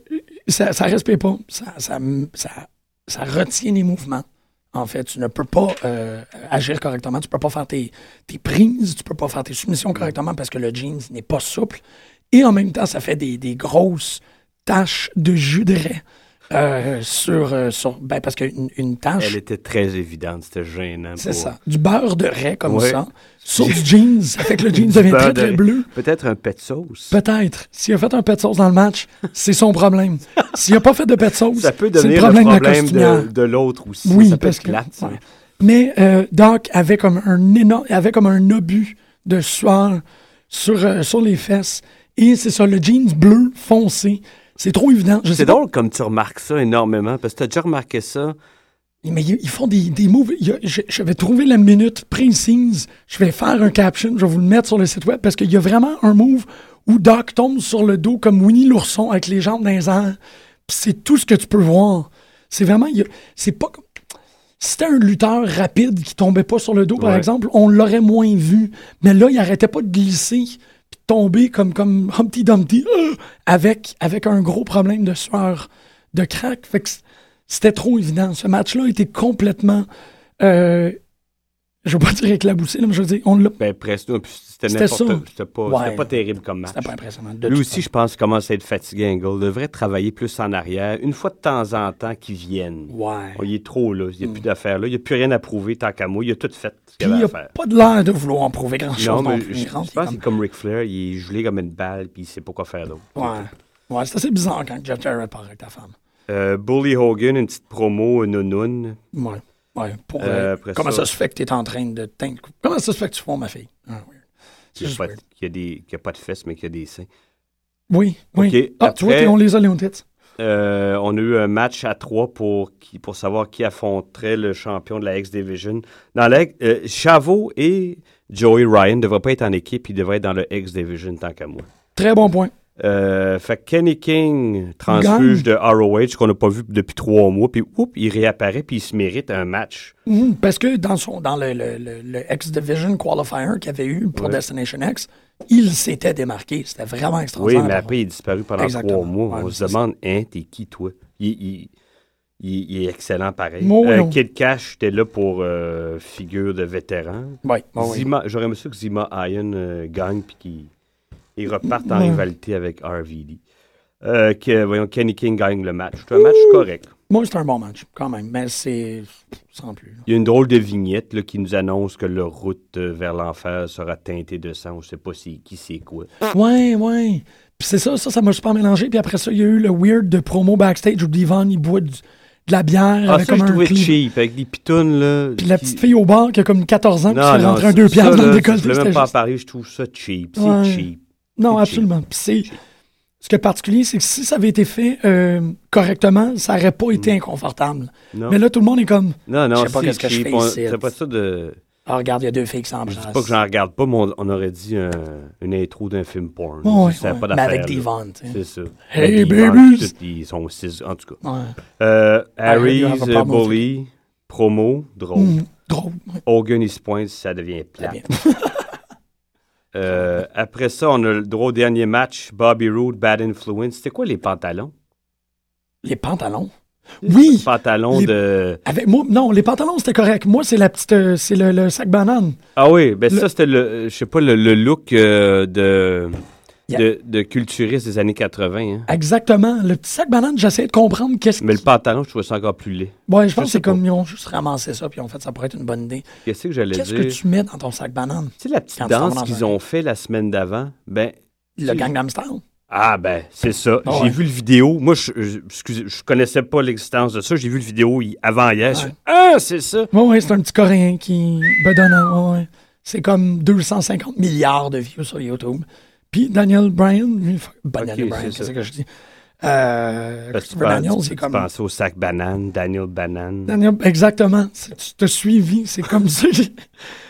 ça, ça respire pas, ça, ça, ça, ça retient les mouvements. En fait, tu ne peux pas euh, agir correctement, tu peux pas faire tes, tes prises, tu peux pas faire tes soumissions correctement parce que le jeans n'est pas souple. Et en même temps, ça fait des, des grosses taches de jus de raie, euh, sur, euh, sur ben, parce qu'une une tache
Elle était très évidente, c'était gênant.
c'est
pour-
ça. Du beurre de raie comme
Ouais.
ça. Sur du jeans. Ça fait que le jeans
Du
devient
beurre
très,
de
très
raie.
bleu.
Peut-être un pet de sauce.
Peut-être. S'il a fait un pet de sauce dans le match, c'est son problème. S'il n'a pas fait de pet de sauce,
Ça peut
c'est le
devenir
problème,
le
de la
problème
costumière.
de, de l'autre aussi.
Oui,
ça peut
parce
être
que.
plate, ça.
ouais. Mais euh, Doc avait comme un énorme, avait comme un obus de sueur sur, euh, sur les fesses. Et c'est ça, le jeans bleu foncé. C'est trop évident. Je sais
C'est
pas-
drôle comme tu remarques ça énormément, parce que tu as déjà remarqué ça.
Mais ils ils font des, des moves. Il y a- je, je vais trouver la minute précise. Je vais faire un caption. Je vais vous le mettre sur le site web parce qu'il y a vraiment un move où Doc tombe sur le dos comme Winnie l'ourson avec les jambes dans les airs. Puis c'est tout ce que tu peux voir. C'est vraiment. il y a- C'est pas comme. Si c'était un lutteur rapide qui tombait pas sur le dos, par
Ouais.
exemple, on l'aurait moins vu. Mais là, il arrêtait pas de glisser puis de tomber comme, comme Humpty Dumpty euh, avec, avec un gros problème de sueur, de crack. Fait que c- c'était trop évident. Ce match-là était complètement. euh, je veux pas dire éclaboussé, là, mais je veux dire, on l'a.
Ben, presque. non, puis C'était
C'était ça.
n'importe C'était pas,
Ouais.
c'était pas terrible comme match.
C'était pas impressionnant. De
Lui
toute
aussi, je pense, qu'il commence à être fatigué, Angle. devrait travailler plus en arrière, une fois de temps en temps qu'il vienne.
Ouais.
Oh, il est trop là. Il n'y a plus d'affaires là. Il n'y a plus rien à prouver tant qu'à moi. Il a tout fait ce
Puis
qu'il
il
avait
a
à faire.
pas de l'air de vouloir en prouver grand-chose non,
mais
plus.
je,
Il
je
rentre, il est
pense qu'il est comme Ric Flair. Il est gelé comme une balle puis il sait pas quoi faire d'autre.
comme- Ouais. Ouais, c'est assez bizarre quand Jeff Jarrett parle avec ta femme.
Euh, Bully Hogan, une petite promo, euh, nounoun.
Ouais. Ouais. Pour,
Euh,
euh,
après
comment ça,
ça-
se fait que tu es en train de. t'in- Comment ça se fait que tu fonds ma fille? Ah, weird.
Qui
juste
n'a pas,
weird.
qui a des- qui a pas de fesses, mais qui a des seins.
Oui, oui.
Ok,
ah, tu vois,
après-
t'es- on les a, Léon Tits.
Euh, on a eu un match à trois pour, qui, pour savoir qui affronterait le champion de la X-Division. Dans la, euh, Chavo et Joey Ryan ne devraient pas être en équipe, ils devraient être dans le X-Division tant qu'à moi.
Très bon point.
Euh, fait que Kenny King, transfuge de ROH qu'on n'a pas vu depuis trois mois, puis oups, il réapparaît puis il se mérite un match.
Mhm, parce que dans, son, dans le, le- le- le X-Division Qualifier qu'il avait eu pour Destination X, il s'était démarqué. C'était vraiment
Oui,
extraordinaire.
mais après, il est disparu pendant
Exactement.
trois mois.
Ouais,
on
mais
se
c'est
demande, hein, t'es qui, toi? Il, il- il- il est excellent pareil.
Moi,
Euh,
non.
Kid Cash était là pour euh, figure de vétéran.
Oui, Bah, oui, oui.
Zima- J'aurais aimé ça que Zima Ion euh, gagne puis qu'ils ils repartent en rivalité avec RVD. Euh, que, voyons, Kenny King gagne le match. C'est un match correct.
Moi, c'est un bon match, quand même. Mais c'est. Sans plus. là.
Il y a une drôle de vignette là, qui nous annonce que leur route euh, vers l'enfer sera teintée de sang. On ne sait pas c'est qui c'est quoi.
Ah, Ouais, ouais. Puis c'est ça, ça, ça m'a super mélangé. Puis après ça, il y a eu le weird de promo backstage où Devon, il boit du- de la bière
Ah,
avec
ça, je
comme un
trouvais
clé-
cheap. Avec des pitounes, là.
Puis la
qui-
petite fille au bar qui a comme 14 ans qui se fait rentrer un
ça-
2 piastres
ça,
dans le
là,
décolleté.
Je ne
c'était
même pas en
juste-
parler, je trouve ça cheap. C'est
Ouais.
cheap.
Non,
C'est
absolument. Puis c'est ce qui est particulier, c'est que si ça avait été fait euh, correctement, ça n'aurait pas été inconfortable.
Hmm. Non.
Mais là, tout le monde est comme
Non,
Je
non,
sais pas
c'est
qu'est-ce que je
cheap.
fais
On-
ici.
C'est pas ça de.
Ah, regarde, il y a deux filles qui s'embrassent.
Je dis pas que j'en regarde pas, mais on, on aurait dit un- une intro d'un film porn.
Ouais,
Ça a
ouais.
pas
Mais
d'affaire,
avec
là.
des ventes, hein.
C'est ça.
Hey,
Avec des ventes,
babies!
puis tout, Ils sont six, en tout cas.
Ouais.
Euh,
I heard
Harry's
you have Ah, a
euh,
problem with
Bully, promo, drôle.
Hmm. Drôle. ouais.
Hogan, il se pointe, ça devient plat. Euh, après ça, on a le droit au dernier match, Bobby Roode, Bad Influence. C'était quoi les pantalons?
Les pantalons. Oui!
Les pantalons
Les-
de...
Avec moi, non, les pantalons, c'était correct. Moi, c'est la petite. euh, c'est le, le sac banane.
Ah oui, ben ça, c'était le... Je sais pas, le, le look euh, de...
Yeah.
de, de culturiste des années 80. hein.
Exactement. Le petit sac banane, j'essayais de comprendre qu'est-ce
Mais
que.
le pantalon, je trouvais ça encore plus laid.
Ouais, je pense
je
que c'est
sais
comme
pas.
ils ont juste ramassé ça, puis en fait, ça pourrait être une bonne idée.
Qu'est-ce que j'allais
Qu'est-ce
dire?
que
tu
tu mets dans ton sac banane?
sais, la petite
Quand tu t'en
danse
vas
qu'ils
dans un-
ont fait la semaine d'avant, ben...
Le
tu-
Gangnam Style?
Ah ben, c'est ça.
Ah
j'ai
ouais.
vu le vidéo. Moi, je, je, excusez, je connaissais pas l'existence de ça. J'ai vu le vidéo hi- avant hier. Je
Ouais.
fais, Ah, c'est ça!
Oui, ouais, c'est un petit Coréen qui bedonnant. ouais, ouais. C'est comme 250 milliards de views sur YouTube. Puis Daniel Bryan, lui, fuck, ben,
Ok,
Daniel Bryan,
c'est
qu'est-ce
ça.
que je dis? Euh,
Parce que tu
Christopher Daniel,
penses-
c'est
tu
comme...
pensais au sac banane, Daniel Banane.
Daniel, exactement. C'est- Tu t'as suivi, c'est comme ça. Je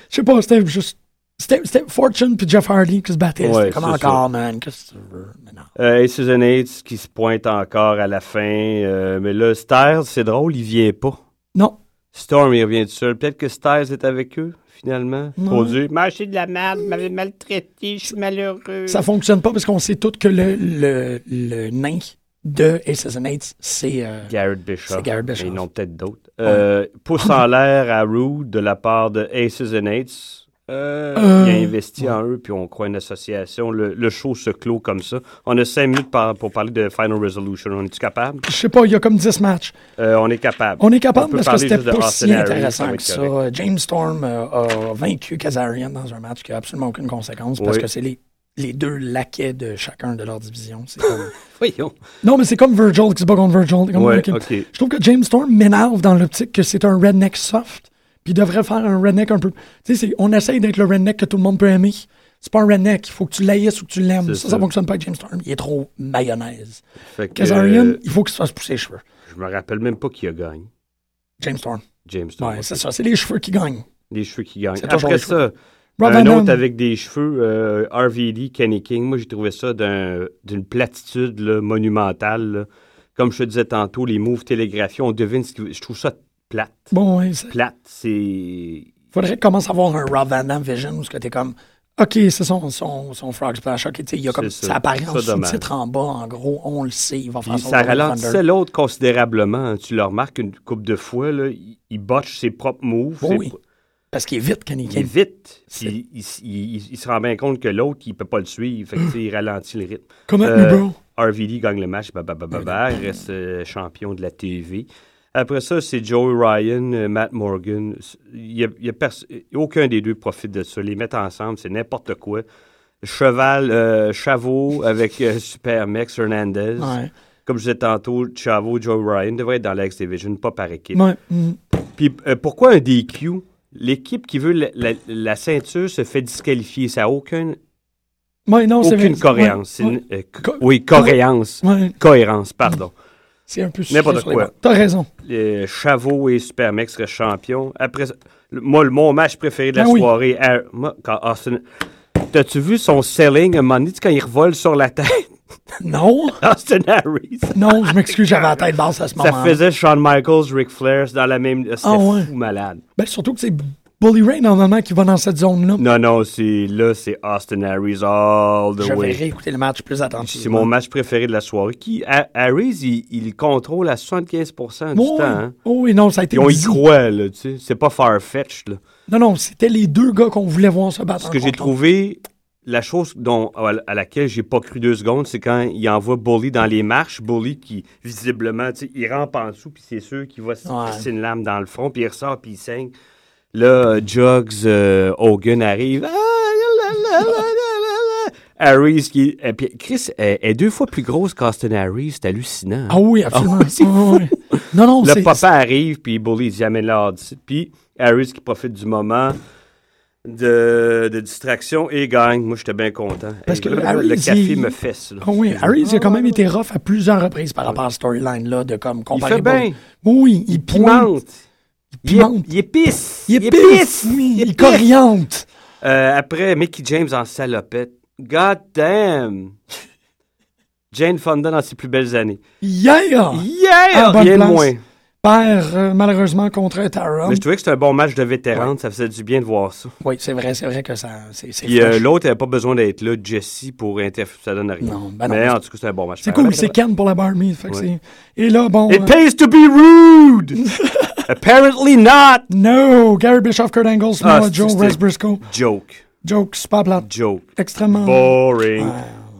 sais pas, c'était juste... C'était c'était Fortune puis Jeff Hardy qui se battaient.
Ouais,
c'était comme
c'est
encore, man, qu'est-ce que tu veux? Mais non.
Euh, et Susan Hates qui se pointe encore à la fin. euh, mais là, Stairs, c'est drôle, il vient pas.
Non.
Storm, il revient tout seul. Peut-être que Stairs est avec eux, finalement.
Ouais.
Pour dire, mangez de la merde, vous m'avez maltraité, je suis malheureux.
Ça fonctionne pas parce qu'on sait tous que le, le, le nain de Aces and Eights, c'est... euh,
Garrett Bishop.
C'est Garrett Bischoff.
Et non, peut-être d'autres. Euh, pouce en l'air à Rude de la part de Aces and Eights. Euh,
Euh,
il a investi en eux, puis on croit une association. Le, le show se clôt comme ça. On a cinq minutes par- pour parler de Final Resolution. On est-tu capable?
Je sais pas, il y a comme 10 matchs.
Euh, on est capable.
On est capable
peut
parce que
parler
c'était
juste de
pas
Austin
si
Aries, ça
intéressant
va être
que ça.
correct.
James Storm euh, a vaincu Kazarian dans un match qui a absolument aucune conséquence parce
Oui.
que c'est les, les deux laquais de chacun de leur division. C'est comme-
Voyons.
non, mais c'est comme Virgil qui se bat contre Virgil. C'est comme-
Ouais,
ok.
ok.
Je trouve que James Storm m'énerve dans l'optique que c'est un redneck soft puis il devrait faire un redneck un peu... Tu sais, c'est- on essaye d'être le redneck que tout le monde peut aimer. C'est pas un redneck, il faut que tu l'haïsses ou que tu l'aimes.
C'est
Ça, ça
ça.
fonctionne pas avec James Storm. Il est trop mayonnaise.
Fait que,
Kazarian,
euh,
il faut qu'il se fasse pousser les cheveux.
je me rappelle même pas qui a gagné.
James Storm.
James Storm.
Ouais, c'est ça, c'est les cheveux qui gagnent.
Les cheveux qui gagnent.
C'est toujours
Après
les cheveux.
ça,
Rob
un
Van Dam.
autre avec des cheveux, euh, RVD, Kenny King. Moi, j'ai trouvé ça d'un- d'une platitude là, monumentale. là. Comme je te disais tantôt, les moves télégraphiés, on devine ce qui... Je trouve ça plate.
Bon, ouais, ça-
Plate, c'est...
faudrait que commence à avoir un Rob Van Dam Vision où ce que t'es comme, OK, c'est son, son, son Frog Splash. OK, tu sais, il y a comme
C'est ça.
ça apparaît en
Ça, dommage.
sous-titre en bas. En gros, on le sait, il va faire
Puis
son
ça
Rolling Thunder.
ralentissait l'autre considérablement. hein. Tu le remarques une couple de fois, là, il, il botche ses propres moves.
Oh
ses
oui.
pro-
Parce qu'il est vite, Kenny
Il est
King.
vite.
C'est-
Puis il, il- il- il se rend bien compte que l'autre, il peut pas le suivre. Fait que, tu sais, il ralentit le rythme.
Come at me,
Euh,
bro.
RVD gagne le match, bah, bah, bah, bah,
Ben
bah, il reste euh, champion de la TV. Après ça, c'est Joey Ryan, euh, Matt Morgan. S- il y a- il y a perso- aucun des deux profite de ça. Les mettre ensemble, c'est n'importe quoi. Cheval, euh, Chavo avec euh, Super Max Hernandez.
Ouais.
Comme je disais tantôt, Chavo, Joey Ryan devrait être dans la X-Division, pas par équipe.
Ouais, mm.
Puis euh, pourquoi un DQ? L'équipe qui veut la, la- la ceinture se fait disqualifier. Ça n'a aucun,
Ouais, non, c'est
aucune
vrai.
cohérence. C'est
Ouais,
une- euh, co-
Co-
oui, cohérence.
ouais, ouais.
Cohérence, pardon.
c'est un peu sucré
N'importe
sur les
quoi.
bords. T'as raison.
Euh, Chavo et Supermex seraient champions. Après, ça- le- moi, le- mon match préféré de la
Ah oui.
soirée, à- moi, quand Austin. T'as-tu vu son selling un moment donné, tu sais, quand il revole sur la tête?
Non,
Austin Harris.
non, je m'excuse, j'avais la tête basse à ce
Ça
moment-là.
faisait Shawn Michaels, Ric Flair dans la même. C'était
Ah ouais.
fou malade.
Ben, surtout que c'est Bully Ray, normalement, qui va dans cette zone-là.
Non, non, c'est là, c'est Austin Harris all the
Je vais
way.
réécouter le match plus attentivement.
C'est mon match préféré de la soirée. Qui, Ha- Harris, il, il contrôle à 75% du
Oh,
temps. hein.
oui, non, ça a été
Puis on y
dit.
croit, là, tu sais. C'est pas far-fetched, là.
Non, non, c'était les deux gars qu'on voulait voir se battre.
Ce que j'ai trouvé, la chose dont, à, à laquelle j'ai pas cru deux secondes, c'est quand il envoie Bully dans les marches. Bully qui, visiblement, tu sais, il rampe en dessous, puis c'est sûr qu'il va se
Ouais.
passer une lame dans le front, puis il ressort, puis il saigne. Là, Jugs, euh, Hogan arrive. Ah, la, la, la, la, la, la, la. Harris qui. euh, puis Chris est, est deux fois plus grosse qu'Austin Harris. C'est hallucinant. hein.
Ah oui, absolument.
Ah oui, c'est
Ah oui. Non, non,
Le
c'est...
papa arrive, puis Bully dit amène la hard seat. Puis Harris qui profite du moment de, de distraction et gagne. Moi, j'étais bien content.
Parce
Et
que
là,
Harris,
le café
il-
me fesse. là.
Ah oui, Harris il a quand même été rough à plusieurs reprises par rapport à cette storyline-là, de comme
Il
comparer...
fait bien.
Bully. Oui, il
Il
pointe.
pimente. Il,
pimente.
il épice.
Il épice. oui, Il coriante.
Euh, après, Mickey James en salopette. God damn! Jane Fonda dans ses plus belles années.
Yeah!
Yeah!
Ah, bonne
Rien de
place. Ah.
moins.
Perd, euh, malheureusement, contre Tara.
Mais je trouvais que c'était un bon match de vétérans. Ça faisait du bien de voir ça.
Oui, c'est vrai, c'est vrai que ça... C'est c'est
Puis euh,
fresh.
l'autre n'avait pas besoin d'être là, Jesse, pour interférer. Ça donne rien.
Non, ben non.
Mais en tout cas, c'est un bon match.
C'est cool, c'est Ken pour la Barbie. Fait que
Ouais.
c'est- Et là, bon...
It
euh,
pays to be rude! Apparently not!
No! Gary Bischoff, Kurt Angle, Samoa
Ah, c'est-
Joe,
c'est-
Wes Briscoe.
Joke.
Joke, super plate.
Joke.
Extrêmement...
Boring.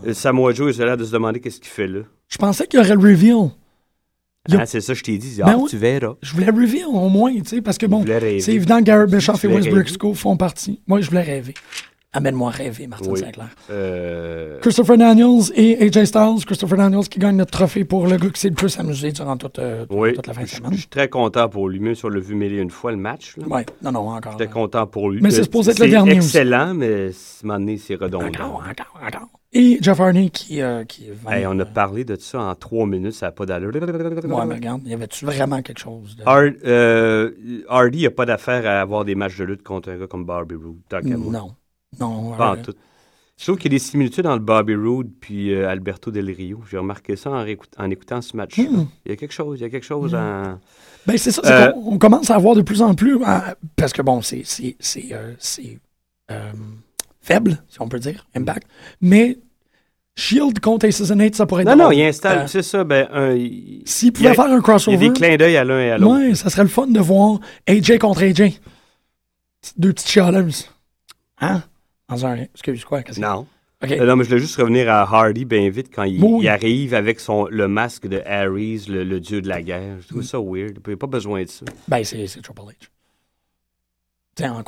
Euh, Samoa Joe, il a l'air de se demander qu'est-ce qu'il fait là.
Je pensais qu'il y aurait le reveal. Yo.
Ah, c'est ça, je t'ai dit.
Ben
Ah,
oui.
tu verras.
Je voulais le reveal au moins, tu sais, parce que bon,
voulais rêver.
c'est évident que Garrett Bischoff
Tu
et
voulais
Westbrook
rêver.
School font partie. Moi, je voulais rêver. Amène-moi à rêver, Martin
Oui.
Sinclair.
Euh,
Christopher Daniels et AJ Styles. Christopher Daniels qui gagne notre trophée pour le gars qui s'est le plus amusé durant toute, euh,
oui,
toute la fin de
je-
semaine.
je suis très content pour lui, même si on l'a vu mêler une fois le match. là.
Oui, non, non, encore.
J'étais content pour lui.
Mais c'est
Euh,
supposé être le dernier aussi.
excellent, mais ce moment donné, c'est redondant.
Encore, encore, encore. Et Jeff Hardy qui, euh, qui est vingt-
Hey, on a parlé de ça en trois minutes, ça n'a pas d'allure.
Ouais, mais regarde, y avait-tu vraiment quelque chose? De...
Har- euh, Hardy n'a pas d'affaire à avoir des matchs de lutte contre un gars comme Bobby Roode, tant qu'à moi.
non. Non.
Pas en
euh,
tout. Je trouve qu'il y a des similitudes entre Bobby Roode puis euh, Alberto Del Rio. J'ai remarqué ça en, réécout- en écoutant ce match.
Hmm.
Il y a quelque chose, il y a quelque chose en...
Ben, c'est ça. c'est
Euh,
qu'on- on commence à avoir de plus en plus. hein, parce que, bon, c'est c'est- c'est, euh, c'est, euh, faible, si on peut dire, Impact. Mais Shield contre Aces and Eight, ça pourrait être.
Non, non,
drôle.
il installe,
Euh,
c'est ça, ben, un, il,
S'il
il y
pouvait
a-
faire un
il y
crossover.
a des clins d'œil à l'un et à l'autre.
ouais, ça serait le fun de voir AJ contre AJ. Deux petites chialeuses. Hein? Dans un. Excuse quoi? qu'est-ce que-
Non.
OK.
Euh, Non, mais je voulais juste revenir à Hardy bien vite quand il,
Oui.
il arrive avec son, le masque de Ares, le, le dieu de la guerre. Je trouve ça weird. Il n'y a pas besoin de ça.
Ben, c'est c'est Triple H. Tiens, en